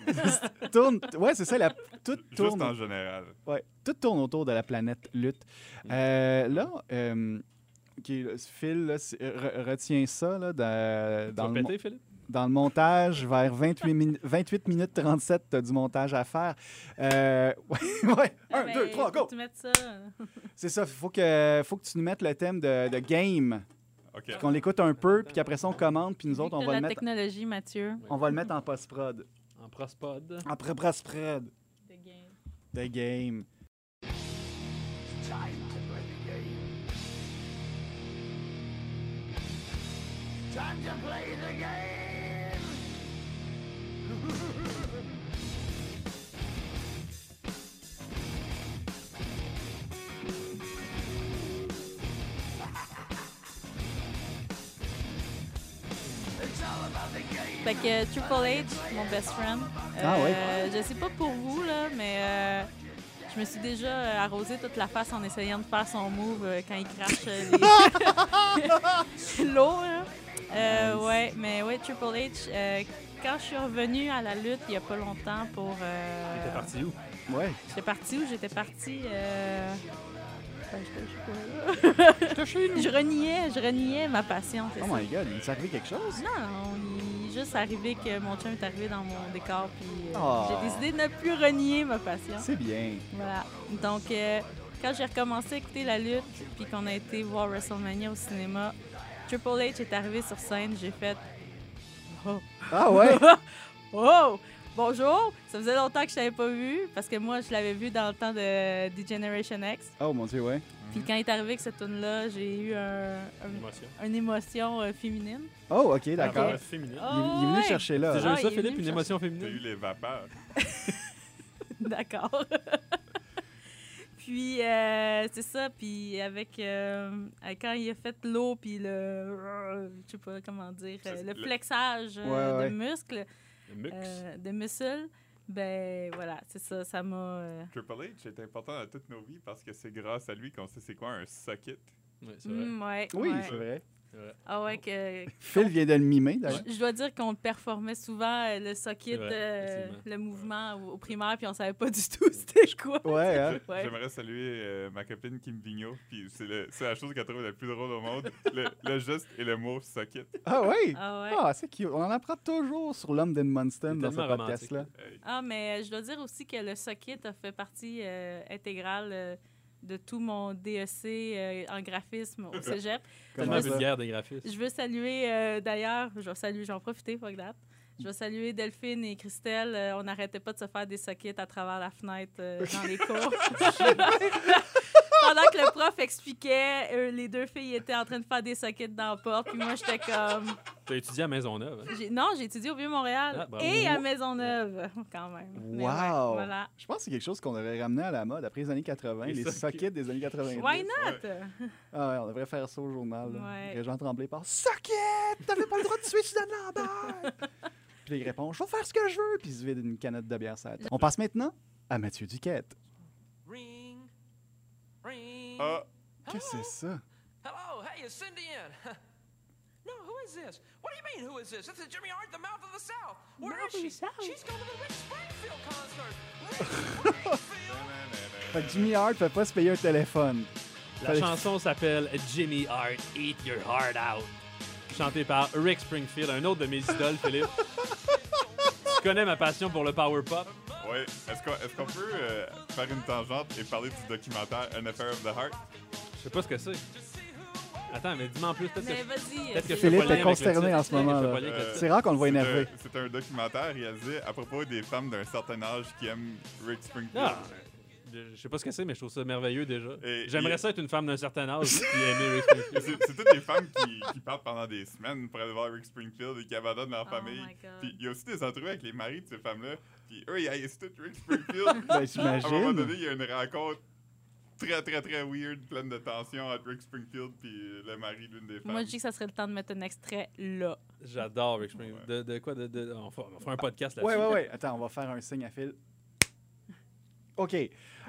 Speaker 2: Tourne, ouais, c'est ça, la, tout
Speaker 1: Juste en
Speaker 2: tourne.
Speaker 1: général.
Speaker 2: ouais, tout tourne autour de la planète lutte.
Speaker 3: Mm.
Speaker 2: Euh, là, euh, qui, Phil, là, c'est- re- retiens ça là, dans, dans
Speaker 4: Dans
Speaker 2: le
Speaker 4: pété, Philippe?
Speaker 2: dans le montage, vers 28, min- 28 minutes 37, t'as du montage à faire. Euh, ouais, ouais,
Speaker 3: Ah,
Speaker 2: un,
Speaker 3: ben,
Speaker 2: deux, trois,
Speaker 3: faut
Speaker 2: go!
Speaker 3: que Tu mettes ça.
Speaker 2: C'est ça, faut que, faut que tu nous mettes le thème de, de game,
Speaker 1: Ok.
Speaker 2: puis qu'on l'écoute un peu, puis qu'après ça, on commande, puis nous
Speaker 3: Vu
Speaker 2: autres, on
Speaker 3: que
Speaker 2: va,
Speaker 3: la
Speaker 2: le mettre,
Speaker 3: technologie, Mathieu.
Speaker 2: on va le mettre en post-prod.
Speaker 4: En prospod.
Speaker 2: En pré-post-prod.
Speaker 3: de game.
Speaker 2: The game.
Speaker 5: Time to play the game. Time to play the game.
Speaker 3: Fait que euh, Triple H, mon best friend.
Speaker 2: Ah
Speaker 3: euh, Je sais pas pour vous, là, mais euh, je me suis déjà euh, arrosé toute la face en essayant de faire son move euh, quand il crache euh, les- l'eau. là. Euh, Ouais, mais ouais, Triple H, euh, quand je suis revenue à la lutte il y a pas longtemps pour. euh,
Speaker 4: T'es parti où?
Speaker 2: Ouais.
Speaker 3: J'étais partie où j'étais partie. euh, ben, j'étais- je reniais, je reniais ma passion. c'est
Speaker 2: Oh
Speaker 3: ça.
Speaker 2: my god, il s'est arrivé quelque chose?
Speaker 3: Non, il est juste arrivé que mon chum est arrivé dans mon décor, puis euh,
Speaker 2: Oh.
Speaker 3: j'ai décidé de ne plus renier ma passion.
Speaker 2: C'est bien.
Speaker 3: Voilà. Donc, euh, quand j'ai recommencé à écouter la lutte, puis qu'on a été voir WrestleMania au cinéma, Triple H est arrivé sur scène, j'ai fait. Oh!
Speaker 2: Ah ouais?
Speaker 3: Oh! Bonjour, ça faisait longtemps que je t'avais pas vu parce que moi, je l'avais vu dans le temps de, des Generation X.
Speaker 2: Oh mon dieu, ouais.
Speaker 3: Puis quand il est arrivé avec cette tune là j'ai eu un- un-
Speaker 4: Émotion.
Speaker 3: une émotion euh, féminine.
Speaker 2: Oh, ok, d'accord.
Speaker 4: Ah, féminine.
Speaker 3: Ah,
Speaker 2: Il, il est venu
Speaker 3: ouais.
Speaker 2: chercher là. hein.
Speaker 4: C'est
Speaker 3: Ah,
Speaker 4: juste
Speaker 3: il
Speaker 4: ça,
Speaker 3: est venu
Speaker 4: Philippe,
Speaker 3: me
Speaker 4: une émotion
Speaker 1: T'as eu
Speaker 4: féminine.
Speaker 1: les vapeurs.
Speaker 3: D'accord. puis, euh, c'est ça. Puis, avec. euh, avec quand il a fait l'eau, puis le. Je sais pas comment dire. euh,
Speaker 1: C'est
Speaker 3: le
Speaker 1: le-
Speaker 3: flexage euh,
Speaker 2: Ouais, ouais.
Speaker 3: de muscles,
Speaker 4: Le mux.
Speaker 3: euh, de muscles. Ben, voilà, c'est ça. Ça m'a. euh,
Speaker 1: Triple H est important dans toutes nos vies parce que c'est grâce à lui qu'on sait c'est quoi un socket.
Speaker 4: Ouais, c'est vrai.
Speaker 3: mm, ouais,
Speaker 2: Oui,
Speaker 3: ouais.
Speaker 2: c'est vrai.
Speaker 4: c'est vrai.
Speaker 3: Ah ouais, que.
Speaker 2: Phil vient de le mimer,
Speaker 3: Je
Speaker 2: d'ailleurs.
Speaker 3: je dois dire qu'on le performait souvent euh, le
Speaker 4: C'est
Speaker 3: socket,
Speaker 4: vrai,
Speaker 3: euh,
Speaker 4: effectivement.
Speaker 3: le mouvement au, au primaire, puis on savait pas du tout c'était quoi.
Speaker 2: Ouais, hein?
Speaker 1: Je-
Speaker 3: Ouais.
Speaker 1: J'aimerais saluer euh, ma copine Kim Vigneault, puis c'est le- c'est la chose qu'elle trouve la plus drôle au monde, le, le geste et le mot socket.
Speaker 2: Ah ouais!
Speaker 3: Ah ouais.
Speaker 2: Ah, c'est cute. On en apprend toujours sur l'homme d'Edmundston
Speaker 4: Il est
Speaker 2: dans ce
Speaker 4: tellement
Speaker 2: podcast-là.
Speaker 1: Hey,
Speaker 3: Ah, mais euh, je dois dire aussi que le socket a fait partie euh, intégrale euh, de tout mon DEC euh, en graphisme au cégep.
Speaker 2: Comment
Speaker 4: Tellement
Speaker 2: ça?
Speaker 4: vulgaire des graphistes.
Speaker 3: Je veux saluer euh, d'ailleurs, je vais saluer, j'en profiter, fuck that. Je vais saluer Delphine et Christelle. Euh, on n'arrêtait pas de se faire des sockets à travers la fenêtre euh, dans les cours. Pendant que le prof expliquait, euh, les deux filles étaient en train de faire des sockets dans la porte. Puis moi, j'étais comme.
Speaker 4: T'as étudié à Maisonneuve. hein?
Speaker 3: j'ai- Non, j'ai étudié au Vieux-Montréal
Speaker 4: Ah, bravo.
Speaker 3: et à Maisonneuve, quand même. Mais ouais,
Speaker 2: Wow.
Speaker 3: voilà.
Speaker 2: Je pense que c'est quelque chose qu'on devrait ramener à la mode après les années 80, les,
Speaker 4: Les sockets.
Speaker 2: sockets des années 80.
Speaker 3: Why not?
Speaker 2: Ah ouais, on devrait faire ça au journal. là.
Speaker 3: Ouais.
Speaker 2: Régent Tremblay parle Socket! T'avais pas le droit de tuer Suzanne Lambert! Puis il répond Je vais faire ce que je veux! Puis il se vide une canette de bière sur la tête. On passe maintenant à Mathieu Duquette.
Speaker 6: Ring. Ring.
Speaker 1: Ah,
Speaker 2: Qu'est-ce que c'est ça?
Speaker 6: Hello. Hey, it's Cindy in. no, who is this? What do you mean, who is this? This is Jimmy Hart, the mouth of the South. Where is
Speaker 3: Mouth of the
Speaker 6: she?
Speaker 3: South.
Speaker 6: She's going to the Rick Springfield concert. Rick Springfield.
Speaker 2: Fait que Jimmy Hart fait pas se payer un téléphone.
Speaker 4: La
Speaker 2: Fallait-
Speaker 4: chanson s'appelle Jimmy Hart, Eat Your Heart Out. Chantée par Rick Springfield, un autre de mes idoles, Philippe. tu connais ma passion pour le power pop.
Speaker 1: ouais. Est-ce qu'on est-ce qu'on peut euh, faire une tangente et parler du documentaire An Affair of the Heart?
Speaker 4: Je sais pas ce que c'est. Attends, mais dis-moi en plus. Peut-être que
Speaker 3: Mais
Speaker 4: je-
Speaker 3: vas-y.
Speaker 4: peut-être que je fais
Speaker 2: Philippe
Speaker 4: pas le lien
Speaker 2: est
Speaker 4: avec le
Speaker 2: consterné
Speaker 4: titre.
Speaker 2: en ce
Speaker 4: Peut-être que je
Speaker 2: moment,
Speaker 4: fais pas
Speaker 2: là. Euh,
Speaker 4: le lien avec le
Speaker 2: C'est rare qu'on le voit
Speaker 1: Euh, C'est un-
Speaker 2: énervé.
Speaker 1: C'est un documentaire réalisé à propos des femmes d'un certain âge qui aiment Rick Springfield.
Speaker 4: Ah, je je sais pas ce que c'est, mais je trouve ça merveilleux déjà.
Speaker 1: Et-
Speaker 4: J'aimerais
Speaker 1: et-
Speaker 4: ça être une femme d'un certain âge et aimer Rick Springfield.
Speaker 1: C'est c'est toutes des femmes qui, qui partent pendant des semaines pour aller voir Rick Springfield et qui abandonnent leur
Speaker 3: Oh
Speaker 1: famille.
Speaker 3: my God.
Speaker 1: Puis il y a aussi des entrevues avec les maris de ces femmes-là. Puis eux, ils haïssent tous Rick Springfield.
Speaker 2: Ben,
Speaker 1: à un moment donné,
Speaker 2: j'imagine.
Speaker 1: il y a une rencontre très, très, très weird, pleine de tensions entre Rick Springfield et le mari d'une des femmes.
Speaker 3: Moi, je dis que ça serait le temps de mettre un extrait là.
Speaker 4: J'adore Rick Springfield. De, de quoi de, de- on, fera, on fera un podcast
Speaker 2: Ouais,
Speaker 4: là-dessus.
Speaker 2: ouais, ouais. Attends, on va faire un signe à Phil. OK.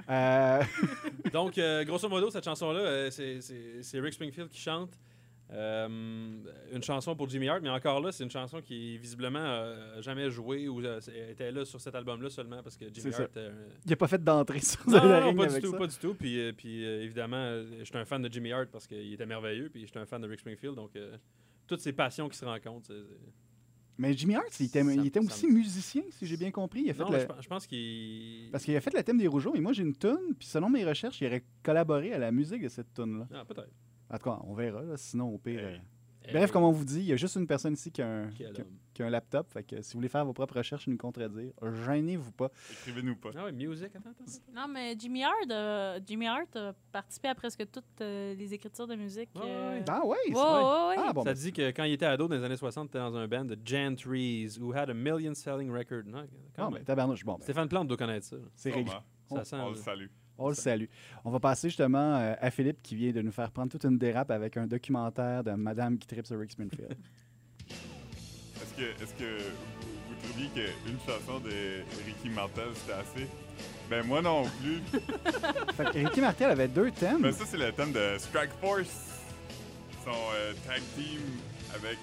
Speaker 2: Euh,
Speaker 4: Donc, euh, grosso modo, cette chanson-là, euh, c'est- c'est c'est Rick Springfield qui chante euh, une chanson pour Jimmy Hart, mais encore là, c'est une chanson qui visiblement euh, jamais jouée ou euh, c'est- était là sur cet album-là seulement parce que
Speaker 2: C'est
Speaker 4: Jimmy
Speaker 2: ça.
Speaker 4: Hart. euh,
Speaker 2: il a pas fait d'entrée sur
Speaker 4: non,
Speaker 2: la
Speaker 4: non,
Speaker 2: ring
Speaker 4: pas du
Speaker 2: avec
Speaker 4: tout,
Speaker 2: ça.
Speaker 4: pas du tout. Puis, euh, puis euh, évidemment, euh, j'étais un fan de Jimmy Hart parce qu'il était merveilleux, puis j'étais un fan de Rick Springfield, donc euh, toutes ces passions qui se rencontrent. c'est- c'est-
Speaker 2: Mais Jimmy Hart, il était,
Speaker 4: Ça me-
Speaker 2: il était
Speaker 4: ça
Speaker 2: aussi
Speaker 4: me-
Speaker 2: musicien, si j'ai bien compris. Il a fait
Speaker 4: Non,
Speaker 2: le-
Speaker 4: je, pense- je pense qu'il.
Speaker 2: Parce qu'il a fait le thème des Rougeaux, et moi j'ai une tune, puis selon mes recherches, il aurait collaboré à la musique de cette tune là
Speaker 4: Ah, peut-être. Eh,
Speaker 2: En tout cas, on verra, là, sinon au pire.
Speaker 1: Hey.
Speaker 2: euh. Bref, comme on vous dit, il y a juste une personne ici qui a un,
Speaker 4: Quel
Speaker 2: qui a-
Speaker 4: homme.
Speaker 2: qui a un laptop, fait que si vous voulez faire vos propres recherches et nous contredire, gênez-vous pas.
Speaker 1: Écrivez-nous pas.
Speaker 4: Ah oui, music, attends, attends.
Speaker 3: Non, mais Jimmy Hart, euh, Jimmy Hart a participé à presque toutes euh, les écritures de musique.
Speaker 4: Ouais,
Speaker 3: euh,
Speaker 4: ouais.
Speaker 2: Ah ouais, c'est
Speaker 3: ouais,
Speaker 2: vrai.
Speaker 3: ouais, ouais.
Speaker 2: Ah bon,
Speaker 4: ça
Speaker 2: ben,
Speaker 4: dit que quand il était ado dans les années 60, il était dans un band de Jan Trees, who had a million selling record. Non, quand
Speaker 2: ah,
Speaker 4: même.
Speaker 2: ben, tabarnouche, bon, ben,
Speaker 4: Stéphane Plante doit connaître ça.
Speaker 2: c'est réglé.
Speaker 1: Sûrement.
Speaker 2: On-
Speaker 4: Ça sent.
Speaker 1: bah, On le
Speaker 4: là.
Speaker 1: salue.
Speaker 2: On le salue. On va passer justement euh, à Philippe qui vient de nous faire prendre toute une dérape avec un documentaire de Madame qui tripe sur Rick Springfield.
Speaker 1: Est-ce que, est-ce que vous, vous trouviez qu'une chanson de Ricky Martel, c'était assez? Ben moi non plus.
Speaker 2: fait que Ricky Martel avait deux thèmes.
Speaker 1: Mais ça, Ben, c'est le thème de Strike Force. Son euh, tag team avec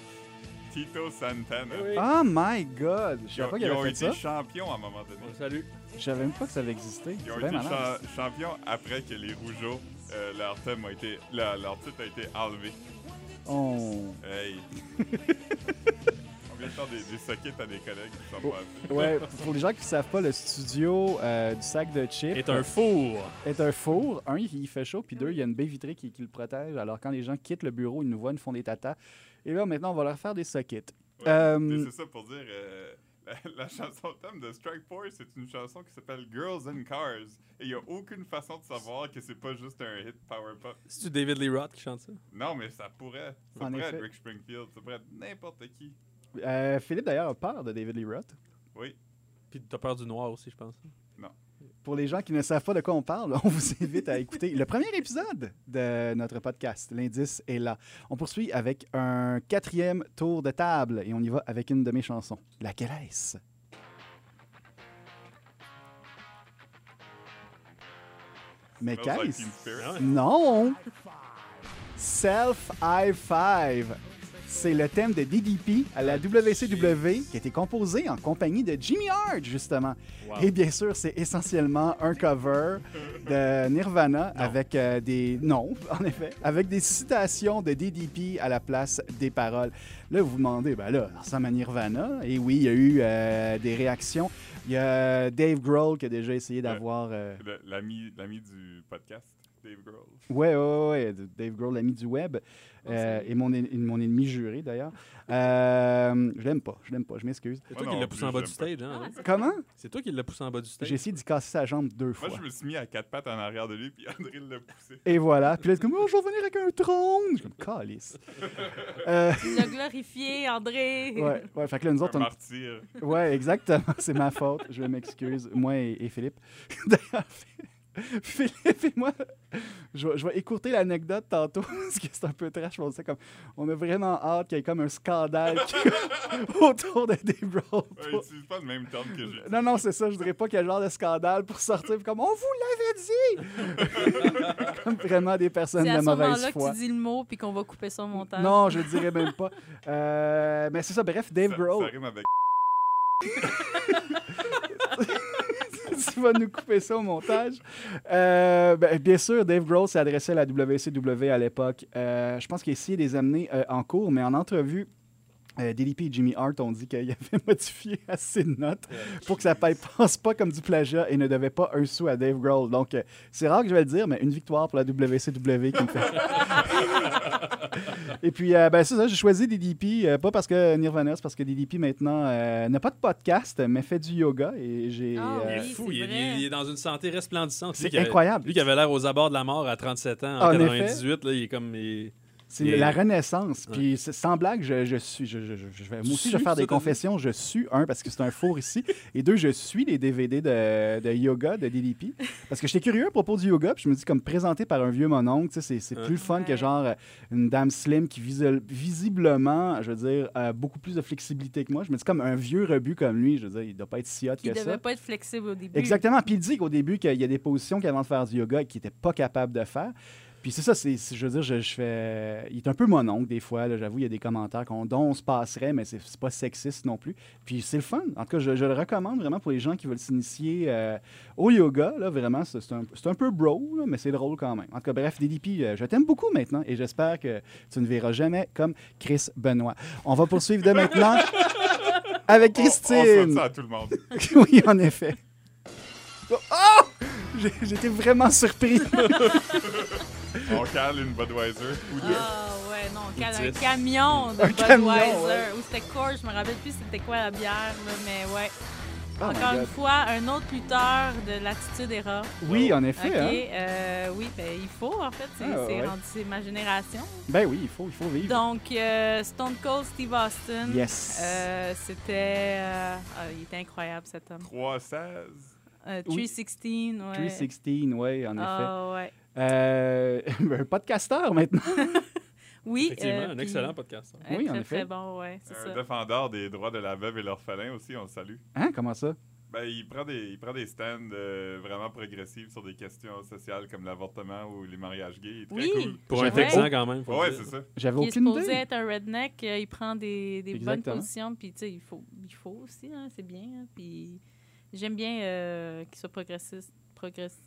Speaker 1: Tito Santana.
Speaker 4: Eh oui.
Speaker 2: Oh my god! Je
Speaker 1: Ils
Speaker 2: savais
Speaker 1: ont,
Speaker 2: pas qu'il
Speaker 1: ils ont
Speaker 2: avait
Speaker 1: été
Speaker 2: fait ça.
Speaker 1: champions à un moment donné.
Speaker 4: On le salue.
Speaker 2: Je savais même pas que ça avait existé.
Speaker 1: Ils
Speaker 2: C'est
Speaker 1: ont
Speaker 2: bien
Speaker 1: été
Speaker 2: malade.
Speaker 1: cha- champions après que les Rougeaux, euh, leur, thème a été, leur, leur titre a été enlevé.
Speaker 2: On-
Speaker 1: Hey! On vient de faire des, des sockets à des collègues qui
Speaker 2: Oh.
Speaker 1: sont pas assez.
Speaker 2: Ouais, pour les gens qui ne savent pas, le studio euh, du sac de chips
Speaker 4: Est un four.
Speaker 2: est un four. Un, il fait chaud, puis deux, il y a une baie vitrée qui, qui le protège. Alors quand les gens quittent le bureau, ils nous voient, ils nous font des tatas. Et là, maintenant, on va leur faire des sockets.
Speaker 1: Ouais.
Speaker 2: Euh,
Speaker 1: Mais C'est ça pour dire, euh, La, la chanson thème de Strike Force c'est une chanson qui s'appelle Girls and Cars. Et il n'y a aucune façon de savoir que c'est pas juste un hit power pop.
Speaker 4: C'est-tu David Lee Roth qui chante ça?
Speaker 1: Non, mais ça pourrait. Ça
Speaker 2: En
Speaker 1: pourrait
Speaker 2: effet.
Speaker 1: être Rick Springfield. Ça pourrait être n'importe qui.
Speaker 2: Euh, Philippe, d'ailleurs, a peur de David Lee Roth.
Speaker 1: Oui.
Speaker 4: Puis t'as peur du noir aussi, je pense.
Speaker 2: Pour les gens qui ne savent pas de quoi on parle, on vous invite à écouter le premier épisode de notre podcast. L'indice est là. On poursuit avec un quatrième tour de table et on y va avec une de mes chansons. Laquelle est-ce? Mais
Speaker 1: Smells like
Speaker 2: qu'est-ce?
Speaker 1: Teen Spirit.
Speaker 4: Ah ouais.
Speaker 2: Non! Self High Five. C'est le thème de DDP à la WCW qui a été composé en compagnie de Jimmy Hart, justement.
Speaker 4: Wow.
Speaker 2: Et bien sûr, c'est essentiellement un cover de Nirvana avec euh, des. Non, en effet. Avec des citations de DDP à la place des paroles. Là, vous vous demandez, ben là, ça ressemble à Nirvana. Et oui, il y a eu euh, des réactions. Il y a Dave Grohl qui a déjà essayé d'avoir. euh,
Speaker 1: Le- L'ami l'ami du podcast, Dave Grohl.
Speaker 2: Ouais, ouais, ouais, de- Dave Grohl, l'ami du web, euh, et mon, en- mon ennemi juré d'ailleurs. Euh, je l'aime pas, je l'aime pas, je m'excuse.
Speaker 4: C'est
Speaker 1: Moi
Speaker 4: toi qui
Speaker 1: non
Speaker 4: l'as
Speaker 1: plus,
Speaker 4: poussé en bas
Speaker 1: j'aime
Speaker 4: du stage,
Speaker 3: Ah,
Speaker 4: hein? ouais?
Speaker 2: Comment?
Speaker 4: C'est toi qui l'as poussé en bas du
Speaker 2: J'ai
Speaker 4: stage.
Speaker 2: essayé d'y casser sa jambe deux fois.
Speaker 1: Moi, je me suis mis à quatre pattes en arrière de lui, puis André l'a poussé.
Speaker 2: Et voilà. Puis là, c'est comme, oh, je vais revenir avec un trône. Je suis comme, calice. Euh,
Speaker 3: Il l'a glorifié, André.
Speaker 2: ouais, ouais. Fait que là, nous autres,
Speaker 1: Un
Speaker 2: on-
Speaker 1: martyr.
Speaker 2: Ouais, exactement. C'est ma faute. Je m'excuse. Moi et, et Philippe. D'ailleurs, Philippe et moi, je, vais- je vais écourter l'anecdote tantôt parce que c'est un peu trash. mais On, sait comme, on a vraiment hâte qu'il y ait comme un scandale qui- autour de Dave Grohl.
Speaker 1: Ouais, utilise pas le même terme que j'ai.
Speaker 2: Non, non, c'est ça. Je voudrais pas qu'il y ait genre de scandale pour sortir puis comme on vous l'avait dit. comme vraiment des personnes
Speaker 3: C'est à
Speaker 2: de
Speaker 3: ce
Speaker 2: mauvaise
Speaker 3: moment-là que
Speaker 2: foi.
Speaker 3: tu dis hein? le mot puis qu'on va couper son montage.
Speaker 2: Non, je le dirais même pas. Euh, mais c'est ça. Bref, Dave
Speaker 1: Ça-
Speaker 2: Grohl.
Speaker 1: Ça rime avec
Speaker 2: tu vas nous couper ça au montage. Euh, ben, bien sûr, Dave Grohl s'est adressé à la WCW à l'époque. Euh, je pense qu'il a essayé de les amener euh, en cours, mais en entrevue, euh, DDP et Jimmy Hart ont dit qu'il avait modifié assez de notes pour que ça ne passe pas comme du plagiat et ne devait pas un sou à Dave Grohl. Donc, euh, c'est rare que je vais le dire, mais une victoire pour la WCW qui me fait. et puis, euh, ben, c'est ça, j'ai choisi DDP, euh, pas parce que Nirvana, c'est parce que DDP maintenant euh, n'a pas de podcast, mais fait du yoga et j'ai. euh,
Speaker 3: Ah
Speaker 4: Il est
Speaker 3: Oui,
Speaker 4: fou,
Speaker 3: c'est
Speaker 4: il est,
Speaker 3: vrai.
Speaker 4: il est dans une santé resplendissante. Lui
Speaker 2: C'est
Speaker 4: qui avait-
Speaker 2: incroyable.
Speaker 4: Lui qui avait l'air aux abords de la mort à 37 ans, en,
Speaker 2: En effet.
Speaker 4: 98, là, il est comme... il-
Speaker 2: C'est
Speaker 4: Et-
Speaker 2: la renaissance.
Speaker 4: Ouais.
Speaker 2: Puis c'est- sans blague, je, je suis, je, je- je- je vais, moi aussi, je
Speaker 4: Sues,
Speaker 2: vais faire
Speaker 4: ça,
Speaker 2: des
Speaker 4: t'as dit?
Speaker 2: confessions. Je suis, un, parce que c'est un four ici. Et deux, je suis les DVD de, de yoga de DDP. Parce que j'étais curieux à propos du yoga. Puis je me dis, comme présenté par un vieux mononcle, tu sais, c'est c'est
Speaker 4: Ouais.
Speaker 2: plus le fun que
Speaker 3: Ouais.
Speaker 2: genre euh, une dame slim qui visuel- visiblement, je veux dire, a beaucoup plus de flexibilité que moi. Je me dis, comme un vieux rebut comme lui, je veux dire, il doit pas être si hot
Speaker 3: Il
Speaker 2: que
Speaker 3: devait
Speaker 2: ça.
Speaker 3: pas être flexible au début.
Speaker 2: Exactement. Puis il dit qu'au début, qu'il y a des positions qu'avant de faire du yoga, qu'il n'était pas capable de faire. Puis c'est ça, c'est, c'est- je veux dire, je, je fais. Il est un peu mon oncle des fois, là, j'avoue, il y a des commentaires qu'on, dont on se passerait, mais c'est, c'est pas sexiste non plus. Puis c'est le fun. En tout cas, je, je le recommande vraiment pour les gens qui veulent s'initier euh, au yoga. Là, vraiment, c'est, c'est un, c'est un peu bro, là, mais c'est drôle quand même. En tout cas, bref, DDP, euh, je t'aime beaucoup maintenant et j'espère que tu ne verras jamais comme Chris Benoît. On va poursuivre de maintenant avec
Speaker 1: On- on souhaite
Speaker 2: Christine.
Speaker 1: ça à tout le monde.
Speaker 2: oui, en effet. Oh! Oh! J'ai- J'étais vraiment surpris.
Speaker 1: On cale une Budweiser ou deux.
Speaker 3: Ah ouais, non, ca- un
Speaker 4: dix.
Speaker 3: camion de
Speaker 2: Un camion,
Speaker 3: Budweiser.
Speaker 2: ouais.
Speaker 3: Ou c'était quoi, je me rappelle plus c'était quoi la bière, là, mais ouais.
Speaker 2: Oh my
Speaker 3: Encore
Speaker 2: God.
Speaker 3: une fois, un autre lutteur de l'attitude era.
Speaker 2: Oui, en
Speaker 3: Ok,
Speaker 2: effet. hein.
Speaker 3: euh, oui, ben, il faut en fait, c'est
Speaker 2: Ah,
Speaker 3: c'est
Speaker 2: ouais.
Speaker 3: rendu- c'est ma génération.
Speaker 2: Ben oui, il faut, il faut vivre.
Speaker 3: Donc, euh, Stone Cold Steve Austin.
Speaker 2: Yes.
Speaker 3: Euh, c'était. euh, ah, il était incroyable cet homme.
Speaker 1: 316.
Speaker 3: Euh,
Speaker 2: Oui.
Speaker 3: 316, ouais.
Speaker 2: 316, oui, en effet.
Speaker 3: Ah, ouais.
Speaker 2: Euh, un podcasteur maintenant.
Speaker 3: Oui.
Speaker 4: Effectivement,
Speaker 3: euh,
Speaker 4: un
Speaker 3: puis-
Speaker 4: excellent podcast.
Speaker 3: Ouais,
Speaker 2: Oui, en
Speaker 3: très,
Speaker 2: effet.
Speaker 3: Très bon, ouais, c'est
Speaker 1: Un
Speaker 3: ça.
Speaker 1: défendeur des droits de la veuve et l'orphelin aussi, on le salue.
Speaker 2: Hein, comment ça?
Speaker 1: Ben, il prend des, il prend des stands euh, vraiment progressifs sur des questions sociales comme l'avortement ou les mariages gays. Il est très
Speaker 3: Oui.
Speaker 1: cool.
Speaker 4: Pour un
Speaker 3: J'avais-
Speaker 4: Texan, quand même. faut
Speaker 1: Ouais,
Speaker 4: le
Speaker 1: c'est
Speaker 4: dire.
Speaker 1: ça.
Speaker 2: J'avais
Speaker 3: Il est
Speaker 2: aucune
Speaker 3: supposé
Speaker 2: idée.
Speaker 3: être un redneck, euh, il prend des, des bonnes
Speaker 2: Exactement.
Speaker 3: positions, puis tu sais, il faut, il faut aussi, hein, c'est bien. hein, puis j'aime bien euh, qu'il soit progressiste. progressiste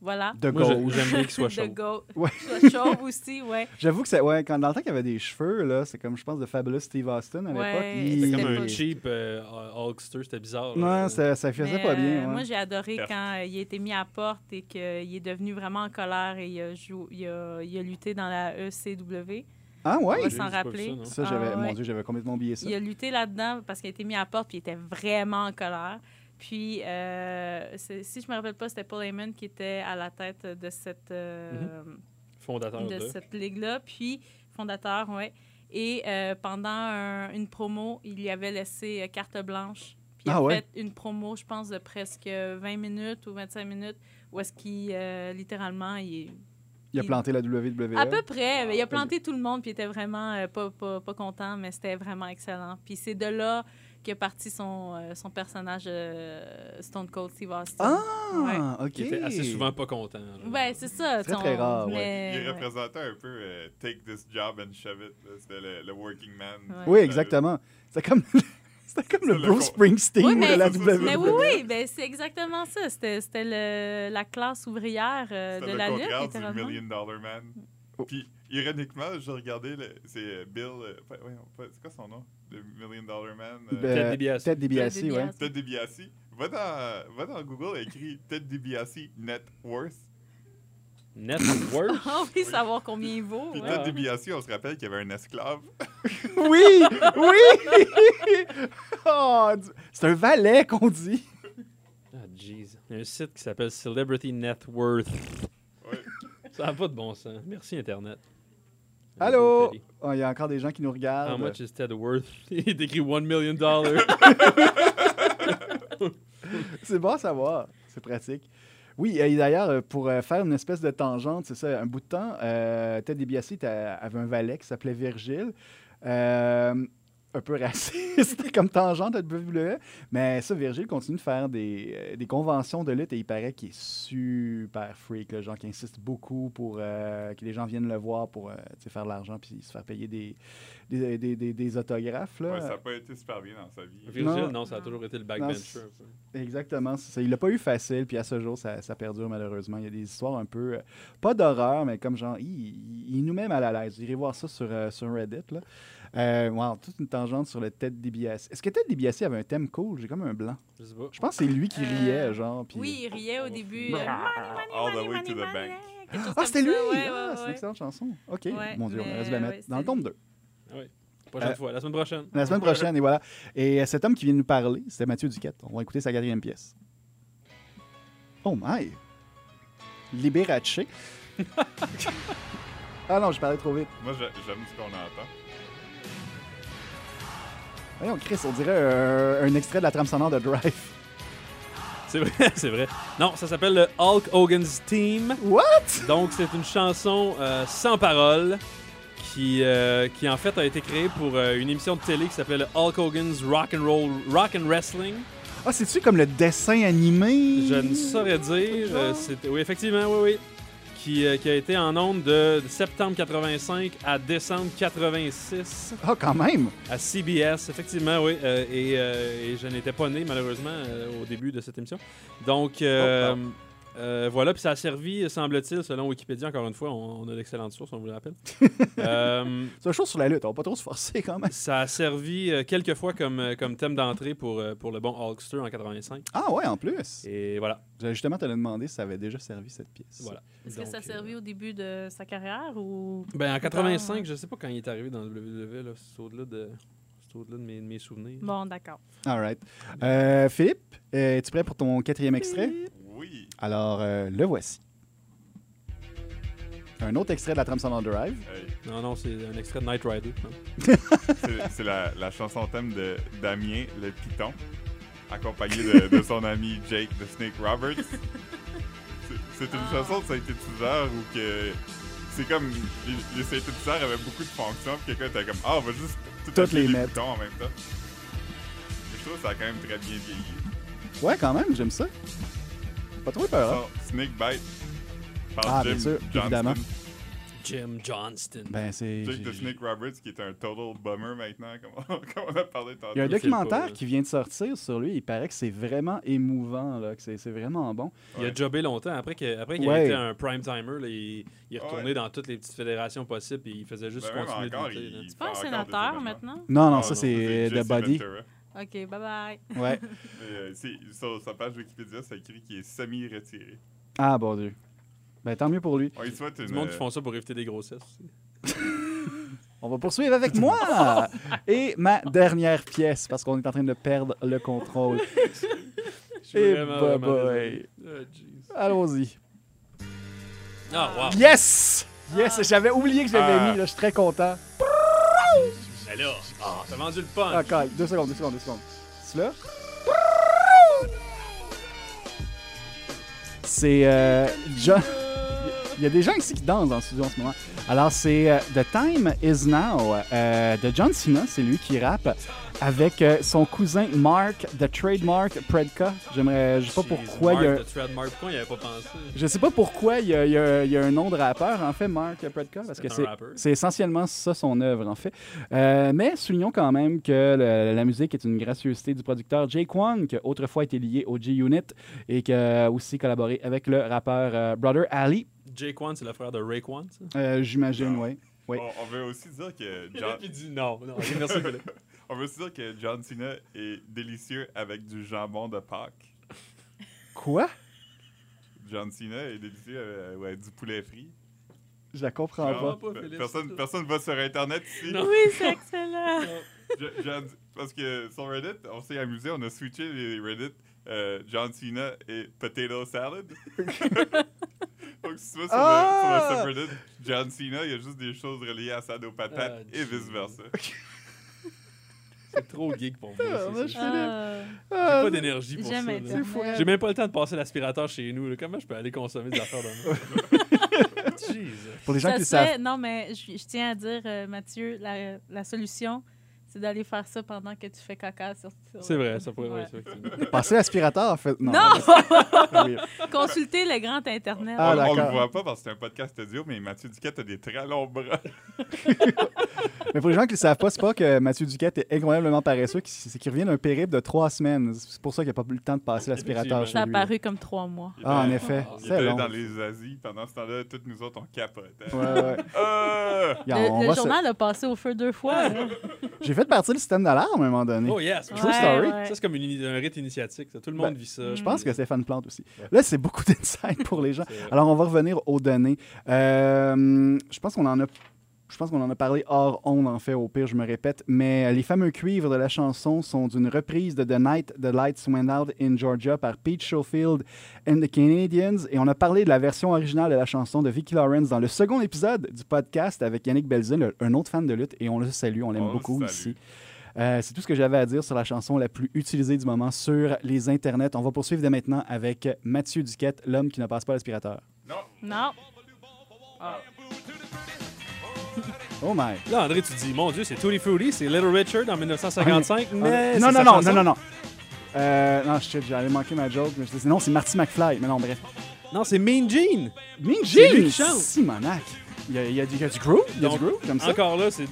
Speaker 3: voilà.
Speaker 2: De
Speaker 4: Moi, je-
Speaker 2: gauche.
Speaker 4: j'aime bien qu'il soit chaud.
Speaker 3: De go.
Speaker 2: Ouais.
Speaker 3: Soit chauve aussi, ouais.
Speaker 2: J'avoue que c'est. Ouais, quand dans le temps qu'il y avait des cheveux, là, c'est comme je pense de Fabulous Steve Austin à
Speaker 3: Ouais,
Speaker 2: l'époque.
Speaker 3: c'était
Speaker 4: C'était comme
Speaker 3: C'était
Speaker 4: un
Speaker 3: pas-
Speaker 4: cheap euh, Hulkster, c'était bizarre. là.
Speaker 2: Non, ça, ça faisait
Speaker 3: Mais,
Speaker 2: pas
Speaker 3: euh,
Speaker 2: bien. ouais.
Speaker 3: Moi, j'ai adoré
Speaker 1: Certes.
Speaker 3: quand euh, il a été mis à porte et E qu'il est devenu vraiment en colère et il a, jou- il a- il a lutté dans la ECW.
Speaker 2: Ah
Speaker 3: On
Speaker 2: ouais?
Speaker 3: va
Speaker 4: j'ai
Speaker 3: s'en
Speaker 4: vu, c'est pas
Speaker 3: rappeler.
Speaker 4: ça, non?
Speaker 2: Ça, j'avais,
Speaker 3: Ah,
Speaker 2: mon
Speaker 3: ouais.
Speaker 2: Dieu, j'avais complètement oublié ça.
Speaker 3: Il a lutté là-dedans parce qu'il a été mis à la porte puis il était vraiment en colère. Puis, euh, c'est- si je me rappelle pas, c'était Paul Heyman qui était à la tête de cette, euh,
Speaker 2: Mm-hmm.
Speaker 4: Fondateur de.
Speaker 3: de cette ligue-là, puis fondateur, ouais. Et euh, pendant un- une promo, il y avait laissé euh, carte blanche. Puis il
Speaker 2: Ah
Speaker 3: a
Speaker 2: ouais?
Speaker 3: fait une promo, je pense, de presque 20 minutes ou 25 minutes, où est-ce qu'il, euh, littéralement, il,
Speaker 2: Il a
Speaker 3: il-
Speaker 2: planté la E. WWE.
Speaker 3: à peu près. mais il a
Speaker 2: ok.
Speaker 3: planté tout le monde, puis il était vraiment euh, pas, pas, pas content, mais c'était vraiment excellent. Puis c'est de là qu'est parti son, euh, son personnage euh, Stone Cold Steve Austin.
Speaker 2: Ah, OK.
Speaker 4: Qui était assez souvent pas content. là.
Speaker 3: Ouais, c'est ça.
Speaker 2: Très,
Speaker 3: ton-
Speaker 2: très rare, ouais.
Speaker 3: mais-
Speaker 1: Il
Speaker 3: Eh ouais.
Speaker 1: représentait un peu euh, Take this job and shove it. là. C'était le, le working man.
Speaker 3: Ouais.
Speaker 2: Oui, exactement. C'était comme, c'était comme le
Speaker 1: C'est le
Speaker 2: Bruce
Speaker 1: con-
Speaker 2: Springsteen
Speaker 3: Oui,
Speaker 2: de la E.
Speaker 1: mais-
Speaker 2: WWE.
Speaker 3: Mais oui, oui, ben, c'est exactement ça. C'était c'était le- la classe ouvrière euh,
Speaker 1: C'était
Speaker 3: de
Speaker 1: le
Speaker 3: la lutte,
Speaker 1: contraire du
Speaker 3: littéralement.
Speaker 1: Million Dollar Man.
Speaker 2: Oh.
Speaker 1: Puis, ironiquement, j'ai regardé, le- c'est euh, Bill. euh, pas- voyons, pas- c'est quoi son nom Le Million Dollar Man euh,
Speaker 2: Euh,
Speaker 4: Ted DiBiase.
Speaker 2: Ted DiBiase,
Speaker 3: Ted
Speaker 2: ouais.
Speaker 3: DiBiase.
Speaker 1: Ted DiBiase. Va dans, va dans Google et écris Ted DiBiase Net Worth.
Speaker 4: Net worth.
Speaker 3: Ah
Speaker 2: Oh.
Speaker 3: oui, savoir combien il vaut.
Speaker 1: Puis
Speaker 3: ouais.
Speaker 1: Ted DiBiase, on se rappelle qu'il y avait un esclave.
Speaker 2: Oui, oui. Oh, du- c'est un valet qu'on dit.
Speaker 4: Ah, jeez. Il y a un site qui s'appelle Celebrity Net Worth.
Speaker 1: Ouais.
Speaker 4: Ça n'a pas de bon sens. Merci, Internet.
Speaker 2: Allô? Ah, ben. Oh, Il y a encore des gens qui nous regardent.
Speaker 4: How much is Ted worth? Il est écrit 1 million dollars.
Speaker 2: C'est bon à savoir. C'est pratique. Oui, et d'ailleurs, euh, pour euh, faire une espèce de tangente, c'est ça, un bout de temps, euh, Ted DiBiase était- avait un valet qui s'appelait Virgile. Euh, un peu raciste comme tangente à WWE. Mais ça, Virgile continue de faire des, euh, des conventions de lutte et il paraît qu'il est super freak, le genre qui insiste beaucoup pour euh, que les gens viennent le voir pour euh, tu sais, faire de l'argent puis se faire payer des, des, des- des- des autographes. Là.
Speaker 1: Ouais, ça n'a pas été super bien dans sa vie.
Speaker 4: Virgil,
Speaker 2: Non.
Speaker 4: non. ça a toujours été le
Speaker 2: c'est-
Speaker 4: backbencher. un peu.
Speaker 2: Exactement, c'est ça. Il l'a pas eu facile, puis à ce jour, ça, ça perdure malheureusement. Il y a des histoires un peu, euh, pas d'horreur, mais comme genre, il, il- il nous met mal à l'aise. Vous irez voir ça sur, euh, sur Reddit. Là. Euh, wow, toute une tangente sur le Ted DiBiase. Est-ce que Ted DiBiase avait un thème cool? J'ai comme un blanc.
Speaker 4: Je sais pas.
Speaker 2: Je pense que c'est lui qui
Speaker 3: Euh,
Speaker 2: riait, genre. puis-
Speaker 3: Oui, il riait au début. euh,
Speaker 1: All the way
Speaker 3: money,
Speaker 1: oh, ben to the
Speaker 3: money,
Speaker 1: bank.
Speaker 3: quelque chose
Speaker 2: Ah,
Speaker 3: comme
Speaker 2: c'était
Speaker 3: ça,
Speaker 2: lui!
Speaker 3: ouais,
Speaker 2: Ah,
Speaker 3: ouais,
Speaker 2: c'est une
Speaker 3: ouais.
Speaker 2: excellente chanson. OK,
Speaker 3: Ouais,
Speaker 2: mon Dieu, on
Speaker 3: mais,
Speaker 2: devrait se la mettre
Speaker 3: ouais,
Speaker 2: dans le
Speaker 3: c'était
Speaker 2: tome 2.
Speaker 4: Ah Prochaine
Speaker 2: Euh,
Speaker 4: fois, la semaine prochaine.
Speaker 2: La semaine prochaine, et voilà. Et euh, cet homme qui vient nous parler, c'est Mathieu Duquette. On va écouter sa quatrième pièce. Oh my! Liberace. ah non, je parlais trop vite.
Speaker 1: Moi, j'a- j'aime ce qu'on entend.
Speaker 2: Voyons, Chris, on dirait euh, un extrait de la trame sonore de Drive.
Speaker 4: C'est vrai, c'est vrai. Non, ça s'appelle le Hulk Hogan's Team.
Speaker 2: What?
Speaker 4: Donc, c'est une chanson euh, sans parole qui, euh, qui, en fait, a été créée pour euh, une émission de télé qui s'appelait le Hulk Hogan's Rock and Roll Rock and Wrestling.
Speaker 2: Ah, c'est-tu comme le dessin animé?
Speaker 4: Je ne saurais dire. euh, c'était- oui, effectivement, oui, oui. Qui, euh, qui a été en ondes de septembre 85 à décembre 86.
Speaker 2: Ah, quand même!
Speaker 4: À CBS, effectivement, oui. euh, et, euh, et je n'étais pas né, malheureusement, euh, au début de cette émission. Donc, euh,
Speaker 3: Oh,
Speaker 4: euh, voilà. Puis ça a servi, semble-t-il, selon Wikipédia, encore une fois, on, on a d'excellentes sources, on vous le rappelle. Euh,
Speaker 2: C'est un show sur la lutte, on va pas trop se forcer quand même.
Speaker 4: ça a servi euh, quelques fois comme, euh, comme thème d'entrée pour, euh, pour le bon Hulkster en 85.
Speaker 2: Ah ouais, en plus!
Speaker 4: Et voilà.
Speaker 2: J'allais justement te le demander si ça avait déjà servi cette pièce.
Speaker 4: voilà.
Speaker 3: Est-ce que
Speaker 4: Donc,
Speaker 3: ça
Speaker 4: euh,
Speaker 3: servit au début de sa carrière ou.
Speaker 4: Ben, en 85,
Speaker 3: Ah.
Speaker 4: je sais pas quand il est arrivé dans le WWE, là, c'est au-delà de, c'est au-delà de mes, de mes souvenirs.
Speaker 3: Bon, d'accord.
Speaker 2: All right. Euh, Philippe, euh, es-tu prêt pour ton quatrième extrait?
Speaker 1: Oui.
Speaker 2: Alors, euh, le voici. Un autre extrait de la trame sonore de Drive.
Speaker 1: Hey,
Speaker 4: Non, non, c'est un extrait de Night Rider. hein.
Speaker 1: c'est- C'est la, la chanson thème de Damien le Python, accompagné de, de son ami Jake the Snake Roberts. C'est- C'est une
Speaker 3: Ah.
Speaker 1: chanson de synthétiseur où que. C'est comme. Les, les synthétiseurs avaient beaucoup de fonctions, puis quelqu'un était comme Ah, on va juste tout
Speaker 2: Toutes
Speaker 1: appuyer
Speaker 2: les
Speaker 1: les
Speaker 2: mettre.
Speaker 1: boutons en même temps. Je trouve que ça a quand même très bien vieilli.
Speaker 2: Ouais, quand même, j'aime ça. Pas trop peur. hein?
Speaker 1: Son Snake Bite par
Speaker 2: Ah,
Speaker 1: Jim
Speaker 2: bien sûr,
Speaker 1: Johnston.
Speaker 2: évidemment.
Speaker 4: Jim Johnston.
Speaker 2: Ben, c'est.
Speaker 1: Jake the
Speaker 2: j'ai-
Speaker 1: Snake Roberts qui est un total bummer maintenant, comme on, comme on a parlé tantôt.
Speaker 2: Il y a un
Speaker 4: Je le file pas,
Speaker 2: documentaire
Speaker 4: là.
Speaker 2: qui vient de sortir sur lui. Il paraît que c'est vraiment émouvant, là, que c'est c'est vraiment bon.
Speaker 4: Il a
Speaker 1: Ouais.
Speaker 4: jobé longtemps. Après qu'il après qu'il
Speaker 2: Ouais.
Speaker 4: a été un prime timer, là, il, il est retourné
Speaker 1: Ouais.
Speaker 4: dans toutes les petites fédérations possibles et il faisait juste
Speaker 1: Ben, même
Speaker 4: continuer
Speaker 1: encore,
Speaker 4: de lutter.
Speaker 1: il-
Speaker 4: là.
Speaker 3: C'est pas un
Speaker 1: encore des
Speaker 3: sénateur
Speaker 1: événements.
Speaker 3: maintenant?
Speaker 2: Non, non,
Speaker 1: Ah,
Speaker 2: ça, c'est
Speaker 1: Jesse
Speaker 2: The Body.
Speaker 1: Ventura.
Speaker 3: Ok, bye bye.
Speaker 2: Ouais.
Speaker 1: Mais, euh, c'est- sur sa page Wikipédia, ça écrit qu'il est semi-retiré.
Speaker 2: Ah, bon Dieu. Ben, tant mieux pour lui.
Speaker 1: On lui souhaite
Speaker 4: Du
Speaker 1: une.
Speaker 4: monde
Speaker 1: euh,
Speaker 4: qui font ça pour éviter des grossesses.
Speaker 2: On va poursuivre avec moi et ma dernière pièce parce qu'on est en train de perdre le contrôle.
Speaker 4: Je suis
Speaker 2: Eh
Speaker 4: vraiment,
Speaker 2: bah,
Speaker 4: vraiment
Speaker 2: bah,
Speaker 4: désolé. Ah, jeez.
Speaker 2: Allons-y.
Speaker 4: Ah, wow.
Speaker 2: Yes! Yes, j'avais oublié que je l'avais
Speaker 4: Ah.
Speaker 2: mis, là, je suis très content.
Speaker 4: Ben là, ah, t'as vendu le punch.
Speaker 2: Ah, correct. Deux secondes, deux secondes, deux secondes. Celui-là? C'est euh, John. Il y a des gens ici qui dansent dans le studio en ce moment. Alors, c'est euh, The Time Is Now euh, de John Cena. C'est lui qui rappe avec euh, son cousin Mark, The Trademark Predka. J'aimerais. Je sais pas
Speaker 4: Jeez,
Speaker 2: pourquoi il
Speaker 4: Mark
Speaker 2: y a. un-
Speaker 4: de Trademark, pourquoi il n'y avait pas pensé?
Speaker 2: Je sais pas pourquoi il y, a, il y a- il y a un nom de rappeur, en fait, Mark Predka, parce que
Speaker 4: un
Speaker 2: c'est
Speaker 4: rappeur.
Speaker 2: c'est essentiellement ça son œuvre, en fait. Euh, mais soulignons quand même que le- la musique est une gracieuseté du producteur Jay Kwan, qui a autrefois été lié au G-Unit et qui a aussi collaboré avec le rappeur euh, Brother Ali,
Speaker 4: Jake One, c'est le frère de Ray One, ça?
Speaker 2: Euh, j'imagine, oui. Oui.
Speaker 1: On, on veut aussi dire que
Speaker 4: Il
Speaker 1: John,
Speaker 4: dit non. non ok, merci, Philippe.
Speaker 1: on veut aussi dire que John Cena est délicieux avec du jambon de Pâques.
Speaker 2: Quoi?
Speaker 1: John Cena est délicieux avec ouais, du poulet frit.
Speaker 2: Je la comprends
Speaker 1: Genre,
Speaker 2: pas.
Speaker 4: pas,
Speaker 1: pe-
Speaker 4: Philippe, c'est
Speaker 1: personne,
Speaker 4: tout.
Speaker 1: personne va sur Internet ici.
Speaker 4: Non.
Speaker 3: Oui, c'est excellent.
Speaker 1: Je- John- parce que sur Reddit, on s'est amusé, on a switché les Reddit euh, John Cena et Potato Salad. Donc, si tu vas sur,
Speaker 2: Ah!
Speaker 1: le, sur le subreddit John Cena, il y a juste des choses reliées à ça, nos patates
Speaker 4: Ah,
Speaker 1: et
Speaker 4: Dieu.
Speaker 1: vice-versa.
Speaker 4: C'est trop geek pour moi.
Speaker 2: Ah,
Speaker 4: ça,
Speaker 2: moi, je
Speaker 4: ça. J'ai
Speaker 2: suis Philippe.
Speaker 3: Ah,
Speaker 2: Ah,
Speaker 4: pas d'énergie pour ça.
Speaker 3: J'aime
Speaker 4: là.
Speaker 2: C'est fou. hein.
Speaker 3: Internet.
Speaker 4: J'ai même pas le temps de passer l'aspirateur chez nous. là. Comment je peux aller consommer des affaires dans le Jeez.
Speaker 2: pour les gens
Speaker 3: Ça
Speaker 2: qui le
Speaker 3: se
Speaker 2: savent.
Speaker 3: fait- Non, mais je, je tiens à dire, euh, Mathieu, la, la solution, c'est d'aller faire ça pendant que tu fais caca sur sur-
Speaker 4: C'est vrai, ça pourrait
Speaker 3: Ouais.
Speaker 4: ouais, ça, effectivement.
Speaker 2: Passer l'aspirateur, en fait. Non! Ah Oui.
Speaker 3: Consultez le grand Internet.
Speaker 2: Ah,
Speaker 1: on, on le
Speaker 2: d'accord.
Speaker 1: voit pas parce que c'est un podcast audio, mais Mathieu Duquette a des très longs bras.
Speaker 2: Mais pour les gens qui ne le savent pas, c'est pas que Mathieu Duquette est incroyablement paresseux, qui- c'est qu'il revient d'un périple de trois semaines. C'est pour ça qu'il n'a pas eu le temps de passer l'aspirateur chez
Speaker 3: ça a
Speaker 2: lui.
Speaker 3: paru comme trois mois.
Speaker 1: Il
Speaker 2: Ah, en
Speaker 1: était-
Speaker 2: effet.
Speaker 1: Il
Speaker 2: C'est
Speaker 1: était
Speaker 2: long.
Speaker 1: dans les Asies, pendant ce temps-là, toutes nous autres, on capote. hein.
Speaker 2: Ouais, ouais.
Speaker 1: Euh,
Speaker 2: Regarde, on
Speaker 3: Le, le
Speaker 2: va se-
Speaker 3: journal a passé au feu deux fois. là.
Speaker 2: J'ai fait partir le système d'alarme à un moment donné.
Speaker 4: Oh yes!
Speaker 2: True story.
Speaker 3: ouais.
Speaker 4: Ça, c'est comme une ini- un rite initiatique. ça. Tout le monde
Speaker 2: Ben,
Speaker 4: vit ça.
Speaker 2: Je pense que Stéphane Plante aussi. Là, c'est beaucoup d'insight pour les gens.
Speaker 4: C'est vrai.
Speaker 2: Alors, on va revenir aux données. Euh, je pense qu'on en a. Je pense qu'on en a parlé hors on en fait, au pire, je me répète, mais euh, les fameux cuivres de la chanson sont d'une reprise de The Night the Lights Went Out in Georgia par Pete Schofield and the Canadians. Et on a parlé de la version originale de la chanson de Vicki Lawrence dans le second épisode du podcast avec Yannick Belzin, le- un autre fan de lutte, et on le salue, on l'aime
Speaker 1: On le
Speaker 2: beaucoup
Speaker 1: salue.
Speaker 2: ici. Euh, c'est tout ce que j'avais à dire sur la chanson la plus utilisée du moment sur les internets. On va poursuivre dès maintenant avec Mathieu Duquette, l'homme qui ne passe pas l'aspirateur.
Speaker 1: non,
Speaker 3: Non.
Speaker 2: Oh my.
Speaker 4: Là, André, tu dis, mon Dieu, c'est Tutti Frutti, c'est Little Richard en 1955, mais.
Speaker 2: Ah, non,
Speaker 4: c'est
Speaker 2: non,
Speaker 4: sa
Speaker 2: non,
Speaker 4: chanson.
Speaker 2: non, non, non. Euh, non, shit, j'allais manquer ma joke. Mais je disais, non, c'est Marty McFly. Mais non, bref.
Speaker 4: Non, c'est Mean Gene!
Speaker 2: Mean
Speaker 4: C'est lui
Speaker 2: Gene!
Speaker 4: qui chante.
Speaker 2: Simonac. Il y a, il y a du, il y a du groove, il y a
Speaker 4: Donc,
Speaker 2: du groove, comme ça.
Speaker 4: Encore là, c'est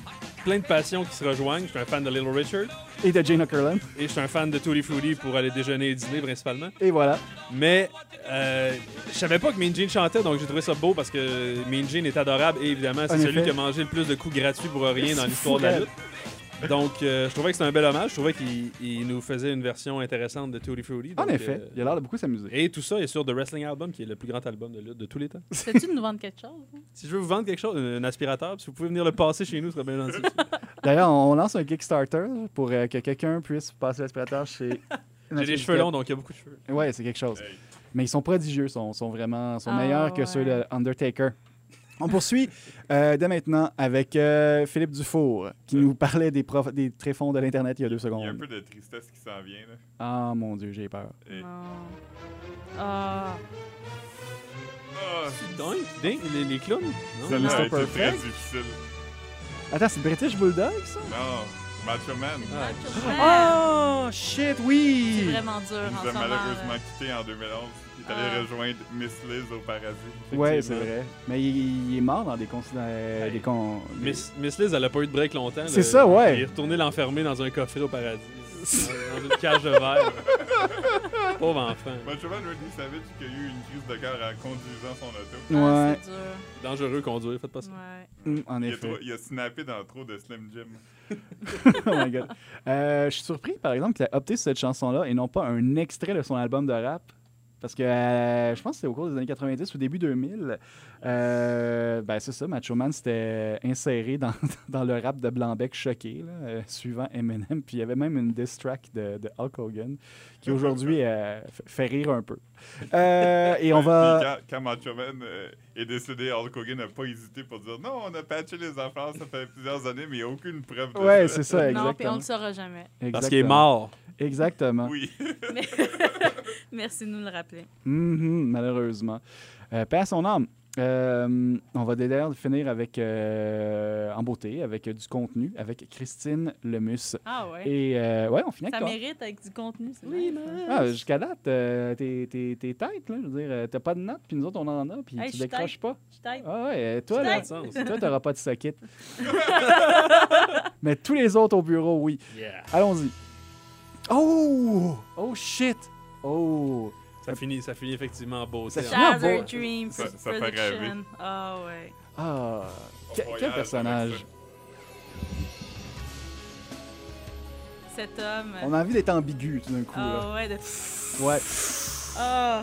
Speaker 4: plein de passions qui se rejoignent. Je suis un fan de Little Richard
Speaker 2: Et de Jane O'Curland.
Speaker 4: et je suis un fan de Tutti Frutti pour aller déjeuner et dîner principalement.
Speaker 2: Et voilà.
Speaker 4: Mais euh, je savais pas que Mean Gene chantait, donc j'ai trouvé ça beau parce que Mean Gene est adorable et évidemment,
Speaker 2: En
Speaker 4: c'est celui
Speaker 2: effet.
Speaker 4: qui a mangé le plus de coups gratuits pour rien dans
Speaker 2: C'est
Speaker 4: l'histoire de la
Speaker 2: fou,
Speaker 4: lutte. Donc euh, je trouvais que c'était un bel hommage. Je trouvais qu'il il nous faisait une version intéressante de Tutti Frutti.
Speaker 2: En
Speaker 4: donc,
Speaker 2: effet,
Speaker 4: euh,
Speaker 2: il a l'air de beaucoup s'amuser.
Speaker 4: et tout ça est sur The Wrestling Album, qui est le plus grand album de lutte de tous les temps.
Speaker 3: Sais-tu de nous vendre quelque chose? hein?
Speaker 4: Si je veux vous vendre quelque chose, un aspirateur, si vous pouvez venir le passer chez nous, ce serait bien gentil.
Speaker 2: D'ailleurs, on lance un Kickstarter pour euh, que quelqu'un puisse passer l'aspirateur chez.
Speaker 4: J'ai
Speaker 2: Mathieu
Speaker 4: les cheveux
Speaker 2: Duquette.
Speaker 4: longs, donc il y a beaucoup de cheveux.
Speaker 2: Ouais, c'est quelque chose.
Speaker 1: Hey.
Speaker 2: Mais ils sont prodigieux, sont, sont vraiment sont
Speaker 3: Ah,
Speaker 2: meilleurs que
Speaker 3: ouais.
Speaker 2: ceux de Undertaker. On poursuit euh, dès maintenant avec euh, Philippe Dufour, qui nous parlait des, prof- des tréfonds de l'Internet il y a deux
Speaker 1: il y a un
Speaker 2: secondes.
Speaker 1: peu de tristesse qui s'en vient. Là.
Speaker 2: Ah mon Dieu, j'ai peur.
Speaker 1: Et-
Speaker 3: Non. Ah.
Speaker 1: Ah,
Speaker 4: Dingue, dingue, les, les clowns. Non?
Speaker 1: celle-là a
Speaker 2: Mr.
Speaker 1: été très
Speaker 2: Perfect.
Speaker 1: difficile.
Speaker 2: Attends, c'est British Bulldog, ça?
Speaker 1: Non, Macho Man.
Speaker 4: Ah.
Speaker 3: Ah,
Speaker 2: Oh, shit,
Speaker 3: C'est
Speaker 2: oui!
Speaker 3: vraiment dur
Speaker 1: Il
Speaker 3: en
Speaker 1: nous
Speaker 3: ce
Speaker 1: a
Speaker 3: moment.
Speaker 1: malheureusement
Speaker 3: là.
Speaker 1: quitté en 2011. Il est allé
Speaker 3: euh, Ah.
Speaker 1: rejoindre Miss Liz au paradis.
Speaker 2: Ouais, c'est
Speaker 4: effectivement.
Speaker 2: vrai. Mais il, il est mort dans des... Cons... euh, des con- des-
Speaker 4: Miss, Miss Liz, elle a pas eu de break longtemps.
Speaker 2: C'est
Speaker 4: là.
Speaker 2: ça, ouais.
Speaker 4: Il est retourné l'enfermer dans un coffret au paradis. dans dans une cage de verre. Pauvre enfant.
Speaker 1: Macho Man Randy Savage qui a eu une crise de cœur en conduisant son auto.
Speaker 3: Ah,
Speaker 2: Ouais,
Speaker 3: C'est dur.
Speaker 4: Dangereux conduire, faites pas ça.
Speaker 3: Ouais.
Speaker 2: mm, en
Speaker 1: Il a,
Speaker 2: effet.
Speaker 1: trop- il a snappé dans trop de Slim Jim.
Speaker 2: oh my God. Euh, je suis surpris, par exemple, qu'il a opté sur cette chanson-là et non pas un extrait de son album de rap. Parce que euh, je pense que c'était au cours des années 90 ou début 2000. Euh, ben, c'est ça, Macho Man s'était inséré dans, dans le rap de Blanbec choqué, là, euh, suivant Eminem. Puis il y avait même une diss track de, de Hulk Hogan qui aujourd'hui euh, f- fait rire un peu. Euh, et on
Speaker 1: Puis
Speaker 2: va.
Speaker 1: Quand, quand Macho Man euh, est décédé, Hulk Hogan n'a pas hésité pour dire non, on a patché les enfants, ça fait plusieurs années, mais il n'y a aucune preuve de
Speaker 2: Ouais,
Speaker 1: ça.
Speaker 2: c'est ça,
Speaker 3: Non, puis
Speaker 2: exactement.
Speaker 3: on le saura jamais.
Speaker 4: Parce qu'il est
Speaker 2: Exactement.
Speaker 4: mort.
Speaker 2: Exactement.
Speaker 1: Oui.
Speaker 3: Mais- Merci de nous le rappeler.
Speaker 2: Mhm, malheureusement. Euh, paix à son âme. Euh, on va d'ailleurs finir avec euh, en beauté, avec euh, du contenu, avec Christine Lemus.
Speaker 3: Ah ouais.
Speaker 2: Et euh, ouais, on finit
Speaker 3: Ça
Speaker 2: avec toi.
Speaker 3: mérite avec du contenu, c'est oui,
Speaker 2: Ah, jusqu'à date, euh, t'es, t'es, t'es tête, là. Je veux dire, euh, t'as pas de notes, puis nous autres, on en a, puis
Speaker 3: Hey,
Speaker 2: tu
Speaker 3: je suis
Speaker 2: décroches pas.
Speaker 3: Je t'aide.
Speaker 2: Ah ouais, euh, toi,
Speaker 3: Je
Speaker 2: là,
Speaker 3: suis
Speaker 2: toi, t'auras pas de socket. Mais tous les autres au bureau, oui.
Speaker 4: Yeah.
Speaker 2: Allons-y. Oh! Oh shit! Oh!
Speaker 4: Ça finit, ça finit effectivement en
Speaker 2: Ça
Speaker 4: beauté. hein.
Speaker 2: finit-
Speaker 3: Shatter
Speaker 2: bon.
Speaker 3: Dream
Speaker 1: Ça- ça fait rêver.
Speaker 3: Prediction. Ah ouais.
Speaker 2: Ah! que-
Speaker 1: On voyage
Speaker 2: quel
Speaker 1: avec
Speaker 2: personnage!
Speaker 3: Cet homme.
Speaker 2: On a envie d'être ambigu tout d'un coup.
Speaker 3: Ah
Speaker 2: là.
Speaker 3: ouais, de...
Speaker 2: Ouais.
Speaker 3: Ah,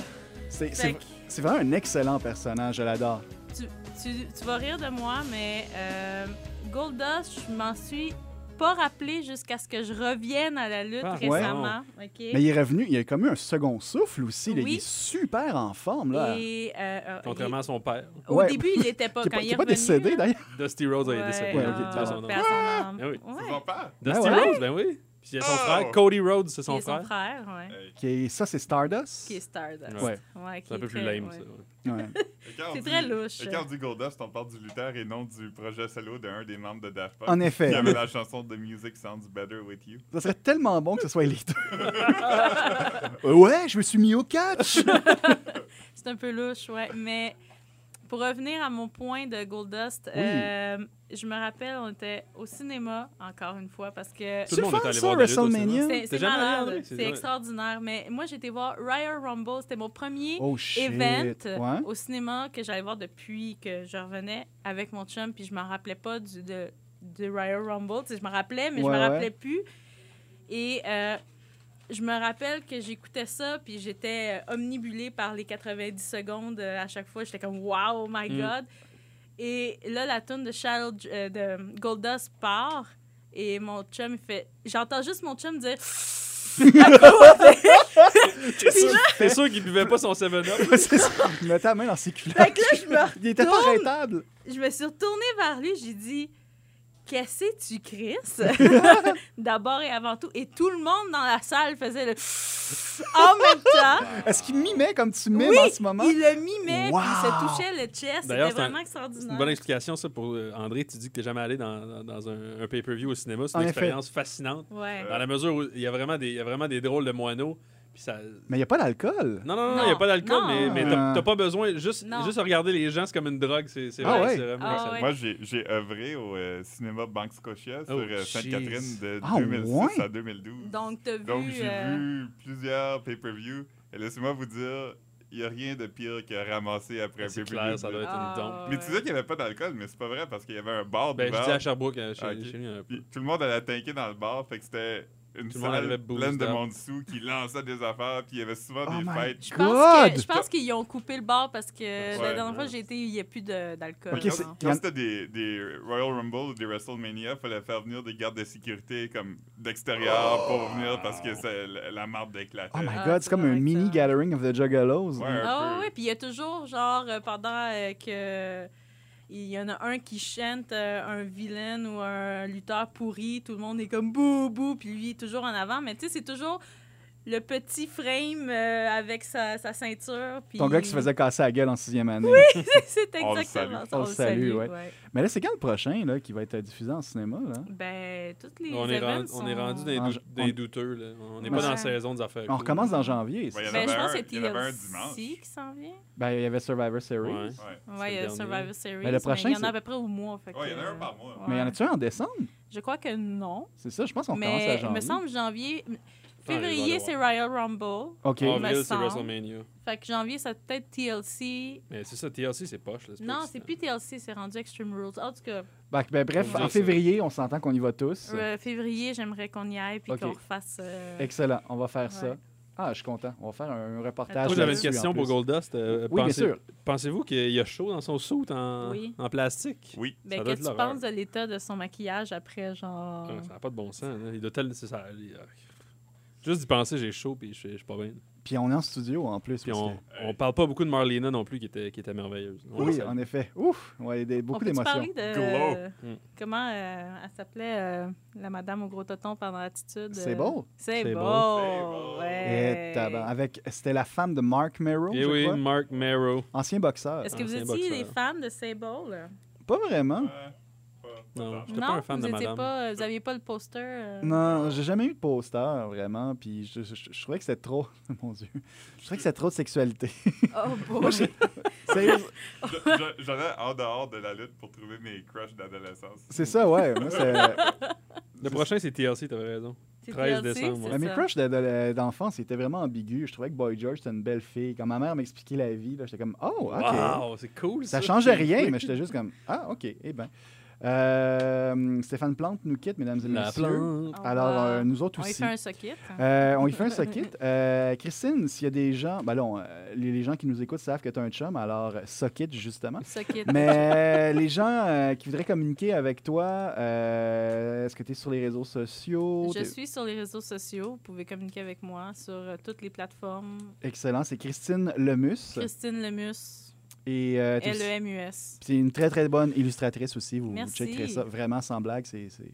Speaker 2: C'est,
Speaker 3: Oh. fait
Speaker 2: c'est, c'est vraiment un excellent personnage, je l'adore.
Speaker 3: que tu, tu, tu vas rire de moi, mais euh, Goldust, je m'en suis pas rappelé jusqu'à ce que je revienne à la lutte
Speaker 4: Ah, ouais.
Speaker 3: récemment. OK.
Speaker 2: Mais il est revenu, il a comme eu un second souffle aussi. là. Il
Speaker 3: Oui.
Speaker 2: est super en forme, là.
Speaker 3: Et, euh, euh,
Speaker 4: Contrairement à son père.
Speaker 3: il- au
Speaker 2: Ouais.
Speaker 3: début, il l'était pas
Speaker 2: Qui est
Speaker 3: quand
Speaker 2: pas,
Speaker 3: il
Speaker 2: qui
Speaker 3: est
Speaker 2: est pas
Speaker 3: revenu,
Speaker 2: décédé,
Speaker 3: là.
Speaker 2: d'ailleurs.
Speaker 4: Dusty Rhodes a été décédé.
Speaker 2: Ouais,
Speaker 4: euh,
Speaker 2: ok,
Speaker 4: de
Speaker 3: ah,
Speaker 4: son
Speaker 3: père,
Speaker 4: âme.
Speaker 3: son âme.
Speaker 4: Ah oui.
Speaker 1: C'est
Speaker 3: Ouais.
Speaker 1: son père.
Speaker 4: Dusty
Speaker 2: Ah ouais?
Speaker 4: Rhodes, ben oui. Puis il y a son
Speaker 1: Oh!
Speaker 4: frère, Cody Rhodes, c'est
Speaker 3: Qui
Speaker 4: son
Speaker 3: est
Speaker 4: frère.
Speaker 3: son frère, ouais.
Speaker 1: Hey,
Speaker 2: Qui est- ça, c'est Stardust.
Speaker 3: Qui est Stardust.
Speaker 4: Ouais.
Speaker 2: Ouais.
Speaker 3: Ouais, qui
Speaker 4: C'est un
Speaker 3: est
Speaker 4: peu plus
Speaker 3: très-
Speaker 4: lame,
Speaker 3: ouais.
Speaker 4: ça. ouais.
Speaker 2: ouais.
Speaker 1: et quand on
Speaker 3: C'est
Speaker 1: dit-
Speaker 3: très louche.
Speaker 1: Et quand on dit Goldust, on parle du lutteur et non du projet solo d'un des membres de Daft Punk.
Speaker 2: En
Speaker 1: Il
Speaker 2: effet.
Speaker 1: y avait la chanson The Music Sounds Better With You.
Speaker 2: Ça serait tellement bon que ce soit les deux. ouais, je me suis mis au catch.
Speaker 3: C'est un peu louche, ouais. Mais pour revenir à mon point de Goldust,
Speaker 2: Oui.
Speaker 3: euh, je me rappelle, on était au cinéma, encore une fois, parce que
Speaker 4: Tout
Speaker 2: C'est
Speaker 4: le monde est
Speaker 2: fun,
Speaker 4: allé
Speaker 2: ça,
Speaker 4: voir des luttes au
Speaker 2: WrestleMania.
Speaker 4: cinéma.
Speaker 3: c'est
Speaker 4: T'es
Speaker 3: c'est
Speaker 4: jamais allé,
Speaker 3: malade,
Speaker 4: André?
Speaker 3: c'est
Speaker 4: C'est-
Speaker 3: extraordinaire. Mais moi, j'étais voir Royal Rumble, c'était mon premier
Speaker 2: Oh shit.
Speaker 3: event euh,
Speaker 2: Ouais.
Speaker 3: au cinéma que j'allais voir depuis que je revenais avec mon chum, puis je m'en rappelais pas du, de, du Royal Rumble. Tu sais, je me rappelais, mais
Speaker 2: Ouais,
Speaker 3: je me
Speaker 2: ouais.
Speaker 3: rappelais plus. Et euh, je me rappelle que j'écoutais ça, puis j'étais euh, omnibulée par les 90 secondes euh, à chaque fois. J'étais comme « Wow, oh my
Speaker 4: Mm.
Speaker 3: God! » Et là, la tune de, Shadow- euh, de Goldust part, et mon chum, il fait... J'entends juste mon chum dire...
Speaker 4: T'es sûr qu'il buvait pas son 7-Up?
Speaker 2: C'est ça. Il mettait la main dans ses culottes.
Speaker 3: Fait que là, je me
Speaker 2: Il était pas
Speaker 3: retourne.
Speaker 2: arrêtable.
Speaker 3: je me suis retournée vers lui, j'ai dit Qu'est-ce que tu Chris D'abord et avant tout. Et tout le monde dans la salle faisait le en même temps.
Speaker 2: Est-ce qu'il mimait comme tu mimes
Speaker 3: Oui,
Speaker 2: en ce moment?
Speaker 3: Il le mimait,
Speaker 2: Wow.
Speaker 3: puis il se touchait le chest.
Speaker 4: D'ailleurs,
Speaker 3: C'était
Speaker 4: c'est un- C'est
Speaker 3: vraiment
Speaker 4: une
Speaker 3: extraordinaire.
Speaker 4: bonne explication, ça, pour euh, André. Tu dis que t'es jamais allé dans, dans- dans un, un pay-per-view au cinéma. C'est
Speaker 2: En
Speaker 4: une
Speaker 2: effet.
Speaker 4: expérience fascinante.
Speaker 3: Ouais.
Speaker 4: Dans la mesure où il y a vraiment des, il y a vraiment des drôles de moineaux. Puis ça...
Speaker 2: Mais il n'y a pas d'alcool.
Speaker 4: Non, non, non, il
Speaker 3: Non,
Speaker 4: n'y a pas d'alcool,
Speaker 3: non.
Speaker 4: mais, mais t'as t'as pas besoin. Juste,
Speaker 3: Non.
Speaker 4: juste regarder les gens, c'est comme une drogue. C'est c'est
Speaker 2: Ah
Speaker 4: vrai,
Speaker 2: ouais.
Speaker 4: c'est vraiment
Speaker 3: Ah
Speaker 4: excellent.
Speaker 3: ouais.
Speaker 1: Moi, j'ai j'ai œuvré au euh, cinéma Banque Scotia sur
Speaker 4: Oh,
Speaker 1: euh, Sainte-Catherine
Speaker 4: jeez.
Speaker 1: de
Speaker 2: Ah,
Speaker 1: 2006
Speaker 2: ouais?
Speaker 1: à
Speaker 4: Euh,
Speaker 1: 2012.
Speaker 3: Donc, t'as vu.
Speaker 1: Donc, j'ai
Speaker 3: euh,
Speaker 1: vu plusieurs pay-per-view. Et laissez-moi vous dire, il n'y a rien de pire que ramasser après un
Speaker 4: C'est
Speaker 1: pay-per-view.
Speaker 4: clair, ça doit être
Speaker 3: Ah,
Speaker 4: une tombe.
Speaker 1: Mais tu disais qu'il n'y avait pas d'alcool, mais c'est pas vrai parce qu'il y avait un bar
Speaker 4: Ben,
Speaker 1: d'ouvert.
Speaker 4: je dis à Sherbrooke, euh, chez,
Speaker 1: Ah, ok.
Speaker 4: chez lui, il y en a un peu.
Speaker 1: Puis tout le monde allait tanker dans le bar, fait que c'était une
Speaker 4: Tout le monde
Speaker 1: salle
Speaker 4: arrivait
Speaker 1: pleine de
Speaker 4: boosted.
Speaker 1: monde sous qui lançait des affaires, puis il y avait souvent
Speaker 2: Oh
Speaker 1: des
Speaker 2: my
Speaker 1: fêtes.
Speaker 3: Je pense,
Speaker 2: God!
Speaker 3: que, je pense qu'ils ont coupé le bar parce que la
Speaker 1: Ouais.
Speaker 3: dernière fois que j'ai été, il n'y a plus de- d'alcool.
Speaker 2: Ok,
Speaker 1: Quand-
Speaker 2: c'est-
Speaker 3: non.
Speaker 2: y en-
Speaker 1: Quand c'était des, des Royal Rumble ou des WrestleMania, fallait faire venir des gardes de sécurité comme d'extérieur pour venir parce que c'est la, la marde éclatait.
Speaker 2: Oh my
Speaker 3: Ah,
Speaker 2: god, c'est
Speaker 3: c'est
Speaker 2: comme un
Speaker 3: correct,
Speaker 2: mini
Speaker 3: ça.
Speaker 2: gathering of the Juggalos.
Speaker 1: Ouais, un
Speaker 3: Ah
Speaker 1: peu.
Speaker 3: oui, puis il y a toujours, genre, euh, pendant euh, que. Il y en a un qui chante euh, un vilain ou un lutteur pourri, tout le monde est comme bou bou, puis lui est toujours en avant. Mais tu sais, c'est toujours le petit frame euh, avec sa, sa ceinture. puis-
Speaker 2: Ton gars qui se faisait casser la gueule en sixième année.
Speaker 3: c'est
Speaker 1: On le
Speaker 3: exactement
Speaker 1: salue.
Speaker 3: ça.
Speaker 2: On le salue, ouais.
Speaker 3: ouais.
Speaker 2: Mais là, c'est quand le prochain là, qui va être euh, diffusé en cinéma? Là?
Speaker 3: Ben, toutes les.
Speaker 4: On est,
Speaker 3: events
Speaker 4: rendu, on est
Speaker 3: sont-
Speaker 4: rendu dans les,
Speaker 2: En
Speaker 4: dou-
Speaker 2: ja-
Speaker 4: dans
Speaker 2: on-
Speaker 4: les douteux. Là. On n'est
Speaker 2: Ouais.
Speaker 4: pas dans la saison des affaires.
Speaker 2: On
Speaker 4: cool.
Speaker 2: recommence en janvier.
Speaker 1: Ouais, il y en
Speaker 2: c'est
Speaker 1: avait
Speaker 3: Ben, je pense
Speaker 1: un-
Speaker 3: que c'est
Speaker 1: il y en avait un
Speaker 3: TLC qui s'en vient.
Speaker 2: ça? Ben, il y avait Survivor Series.
Speaker 4: Ouais.
Speaker 1: Ouais.
Speaker 3: Ouais, il y
Speaker 4: le
Speaker 3: a
Speaker 4: dernier.
Speaker 3: Survivor Series.
Speaker 2: Mais le prochain,
Speaker 3: Il y en
Speaker 2: c'est-
Speaker 3: a à peu près au mois. fait
Speaker 1: Ouais, il y en a
Speaker 3: que-
Speaker 1: un par mois.
Speaker 2: Mais y en
Speaker 3: Ouais.
Speaker 2: a-tu un en décembre?
Speaker 3: Je crois que non.
Speaker 2: C'est ça, je pense qu'on commence à
Speaker 3: Mais il
Speaker 2: janvier.
Speaker 3: me semble janvier.
Speaker 4: Ah, les
Speaker 3: Février,
Speaker 4: voir.
Speaker 3: c'est Royal Rumble.
Speaker 2: OK.
Speaker 4: En
Speaker 3: me
Speaker 4: avril, c'est
Speaker 3: semble.
Speaker 4: WrestleMania.
Speaker 3: Fait que janvier, ça peut être TLC.
Speaker 4: Mais c'est ça, TLC, c'est poche. Là,
Speaker 3: Non, c'est
Speaker 4: excitant.
Speaker 3: plus TLC, c'est rendu Extreme Rules. En tout cas,
Speaker 2: Ben, ben, bref,
Speaker 4: On dit
Speaker 2: en
Speaker 4: ça.
Speaker 2: février, on s'entend qu'on y va tous.
Speaker 3: euh, février, j'aimerais qu'on y aille puis
Speaker 2: Ok.
Speaker 3: qu'on refasse. euh,
Speaker 2: Excellent, on va faire ça.
Speaker 3: Ouais.
Speaker 2: Ah, je suis content. On va faire un reportage.
Speaker 3: Moi,
Speaker 4: Moi, j'avais une
Speaker 2: là-dessus, en
Speaker 4: question pour
Speaker 2: plus.
Speaker 4: Goldust. Euh,
Speaker 2: Oui, bien
Speaker 4: pensez-
Speaker 2: sûr.
Speaker 4: Pensez-vous qu'il y a chaud dans son soute en,
Speaker 3: Oui.
Speaker 4: en plastique?
Speaker 1: Oui.
Speaker 3: Ben,
Speaker 4: doit
Speaker 3: qu'est-ce
Speaker 4: être
Speaker 3: que tu
Speaker 4: l'horreur.
Speaker 3: penses de l'état de son maquillage après, genre.
Speaker 4: Ah, ça n'a pas de bon sens. là. Il doit tel- c'est ça, il- ah. Juste d'y penser, j'ai chaud puis je suis- je suis pas bien.
Speaker 2: Puis on est en studio en plus.
Speaker 4: Puis
Speaker 2: parce
Speaker 4: on, on parle pas beaucoup de Marlena non plus, qui était, qui était merveilleuse.
Speaker 2: que- euh, Oui, en effet. Ouf, ouais, des- beaucoup
Speaker 3: On peut
Speaker 2: d'émotions.
Speaker 3: parler de
Speaker 4: Glow. Mm.
Speaker 3: comment euh, elle s'appelait euh, la madame au gros toton pendant l'attitude.
Speaker 2: C'est
Speaker 3: euh,
Speaker 2: beau.
Speaker 3: C'est
Speaker 4: C'est
Speaker 3: beau.
Speaker 4: beau. Eh,
Speaker 1: C'est beau.
Speaker 3: ouais.
Speaker 2: Et tabarnak. avec, c'était la femme de Mark Merrow,
Speaker 4: Et
Speaker 2: je
Speaker 4: Eh oui,
Speaker 2: crois.
Speaker 4: Mark Merrow.
Speaker 2: ancien boxeur.
Speaker 3: Est-ce que vous
Speaker 4: Ancien
Speaker 3: étiez
Speaker 4: boxeur.
Speaker 3: des fans de Sable?
Speaker 2: Pas vraiment.
Speaker 3: Euh,
Speaker 4: Non, j'étais
Speaker 3: Non,
Speaker 4: pas un fan
Speaker 3: vous
Speaker 4: de
Speaker 3: étiez
Speaker 4: madame.
Speaker 3: pas, vous aviez pas le poster. euh,
Speaker 2: Non, j'ai jamais eu de poster vraiment, puis je, je- je- je trouvais que c'était trop, mon Dieu, je trouvais que c'était trop de sexualité.
Speaker 3: Oh boy.
Speaker 2: Sérieux,
Speaker 1: Je- je- J'allais en dehors de la lutte pour trouver mes crushs d'adolescence.
Speaker 2: c'est ça, ouais. Moi, c'est-
Speaker 4: Le prochain, c'est TLC, t'avais raison.
Speaker 3: C'est
Speaker 4: 13
Speaker 3: TLC,
Speaker 4: décembre,
Speaker 3: c'est
Speaker 4: ouais.
Speaker 2: Mais mes
Speaker 3: ça.
Speaker 2: crushs de- de- d'enfance, c'était vraiment ambigu. Je trouvais que Boy George, c'était une belle fille. Quand ma mère m'expliquait la vie, là, j'étais comme, oh, ok.
Speaker 4: Wow, c'est cool.
Speaker 2: Ça changeait rien, mais j'étais juste comme, ah, ok, eh ben. Euh, Stéphane Plante nous quitte, mesdames et
Speaker 4: La
Speaker 2: messieurs.
Speaker 4: plante.
Speaker 3: On
Speaker 2: Alors,
Speaker 3: va-
Speaker 2: euh, nous autres
Speaker 3: Ah. On y
Speaker 2: aussi.
Speaker 3: fait un socket. hein.
Speaker 2: Euh, on y fait un socket. Euh, Christine, s'il y a des gens, ben là, on, euh, les, les gens qui nous écoutent savent que tu as un chum, alors euh, socket justement.
Speaker 3: Socket.
Speaker 2: Mais les gens euh, qui voudraient communiquer avec toi, euh, est-ce que tu es sur les réseaux sociaux?
Speaker 3: Je
Speaker 2: T'es-
Speaker 3: suis sur les réseaux sociaux. Vous pouvez communiquer avec moi sur euh, toutes les plateformes.
Speaker 2: Excellent, c'est Christine Lemus.
Speaker 3: Christine Lemus, E
Speaker 2: Et euh, t'es-
Speaker 3: L-E-M-U-S.
Speaker 2: c'est une très très bonne illustratrice aussi. Vous, vous
Speaker 3: Merci.
Speaker 2: checkerez ça vraiment sans blague. C'est, c'est...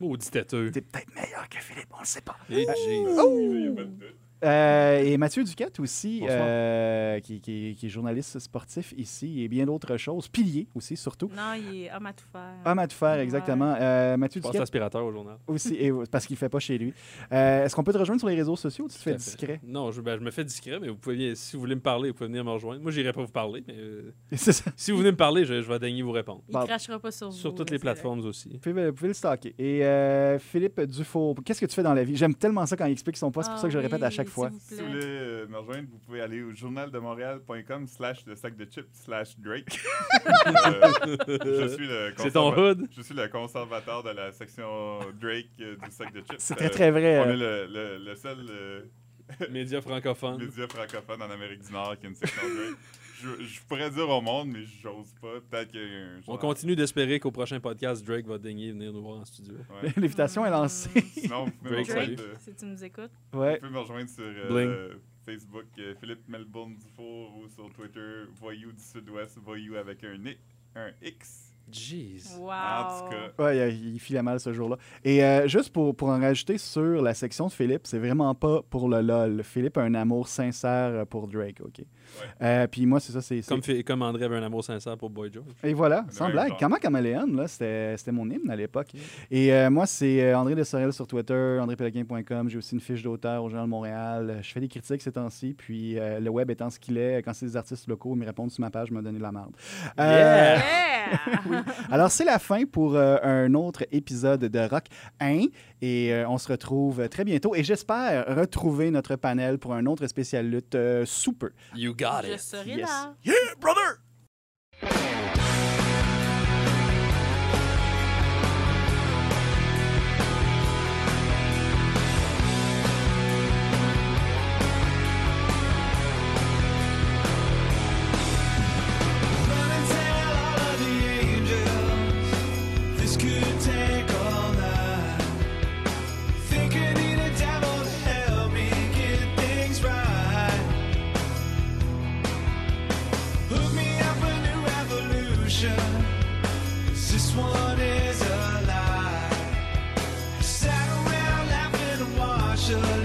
Speaker 4: Maudit têteux. Eh,
Speaker 2: T'es Oh, peut-être meilleur que Philippe, on le sait pas.
Speaker 4: Et j'ai-
Speaker 1: Il y a pas de doute.
Speaker 2: Euh, et Mathieu Duquette aussi,
Speaker 4: Bonsoir.
Speaker 2: euh, qui, qui- qui est journaliste sportif ici et bien d'autres choses. Pilier aussi, surtout.
Speaker 3: Non, il est homme à tout faire.
Speaker 2: Homme à tout faire,
Speaker 3: Ouais.
Speaker 2: exactement. Euh, Mathieu
Speaker 4: Je passe
Speaker 2: Duquette
Speaker 4: l'aspirateur au journal.
Speaker 2: aussi, et, parce qu'il ne fait pas chez lui. Euh, Est-ce qu'on peut te rejoindre sur les réseaux sociaux ou tu te fais
Speaker 4: Tout à fait.
Speaker 2: discret?
Speaker 4: Non, je, ben, je me fais discret, mais vous pouvez, bien- si vous voulez me parler, vous pouvez venir me rejoindre. Moi, j'irai pas vous parler, mais euh,
Speaker 2: C'est ça.
Speaker 4: si vous venez me parler, je, je vais daigner vous répondre.
Speaker 3: Il
Speaker 2: Bon.
Speaker 3: crachera pas sur vous.
Speaker 4: Sur toutes
Speaker 3: là,
Speaker 4: les
Speaker 3: Oh, c'est vrai.
Speaker 4: plateformes aussi.
Speaker 2: Vous pouvez, vous pouvez le stocker. Et euh, Philippe Dufour, qu'est-ce que tu fais dans la vie? J'aime tellement ça quand il explique son poste, c'est pour
Speaker 3: Ah
Speaker 2: ça que je le
Speaker 3: oui,
Speaker 2: répète à chaque fois.
Speaker 3: s'il vous
Speaker 1: Si vous
Speaker 3: plaît.
Speaker 1: voulez euh, me rejoindre, vous pouvez aller au journaldemontréal.com slash le sac de chips slash Drake. Euh, je suis le
Speaker 4: C'est ton
Speaker 1: conserva-
Speaker 4: hood.
Speaker 1: Je suis le conservateur de la section Drake euh, du sac de chips.
Speaker 2: C'est
Speaker 1: Euh,
Speaker 2: très, très
Speaker 1: On
Speaker 2: vrai.
Speaker 1: est
Speaker 2: euh,
Speaker 1: le, le- le seul euh,
Speaker 4: Média francophone.
Speaker 1: média francophone en Amérique du Nord qui a une section Drake. Je, je pourrais dire au monde, mais j'ose pas. Peut-être qu'il y a un
Speaker 4: On
Speaker 1: journal-
Speaker 4: continue d'espérer qu'au prochain podcast, Drake va daigner venir nous voir en studio.
Speaker 1: Ouais.
Speaker 2: L'invitation est lancée.
Speaker 1: Sinon, vous pouvez me
Speaker 4: Drake, salut.
Speaker 1: rejoindre,
Speaker 3: Drake,
Speaker 1: euh,
Speaker 3: si tu nous écoutes.
Speaker 2: ouais.
Speaker 1: Vous pouvez me rejoindre sur euh,
Speaker 4: Bling.
Speaker 1: Facebook, euh, Philippe Melbourne Dufour, ou sur Twitter, Voyou du Sud-Ouest, Voyou avec un, i- un X.
Speaker 4: Jeez.
Speaker 3: Wow.
Speaker 1: Ah, En tout cas,
Speaker 2: Ouais, euh, il filait mal ce jour-là. Et euh, juste pour, pour en rajouter sur la section de Philippe, c'est vraiment pas pour le lol. Philippe a un amour sincère pour Drake, OK? Euh, Puis moi, c'est ça, c'est... c'est-
Speaker 4: Comme, fait- comme André avait un amour sincère pour Boy George.
Speaker 2: Et voilà,
Speaker 1: Le
Speaker 2: sans
Speaker 1: même
Speaker 2: blague.
Speaker 1: genre.
Speaker 2: Comment Caméléon, là, c'était c'était mon hymne à l'époque. Et euh, moi, c'est euh, André Desorel sur Twitter, andrépellequin.com. J'ai aussi une fiche d'auteur au Journal de Montréal. Euh, Je fais des critiques ces temps-ci, puis euh, le web étant ce qu'il est, quand c'est des artistes locaux, ils me répondent sur ma page, je me donner de la merde. Euh,
Speaker 4: Yeah!
Speaker 3: Yeah!
Speaker 2: alors, c'est la fin pour euh, un autre épisode de Rock 1 et euh, on se retrouve très bientôt. Et j'espère retrouver notre panel pour un autre spécial lutte euh, sous peu.
Speaker 4: You got
Speaker 3: Je serai
Speaker 2: Yes.
Speaker 3: là.
Speaker 7: This one is a lie. Sat around laughing and watched us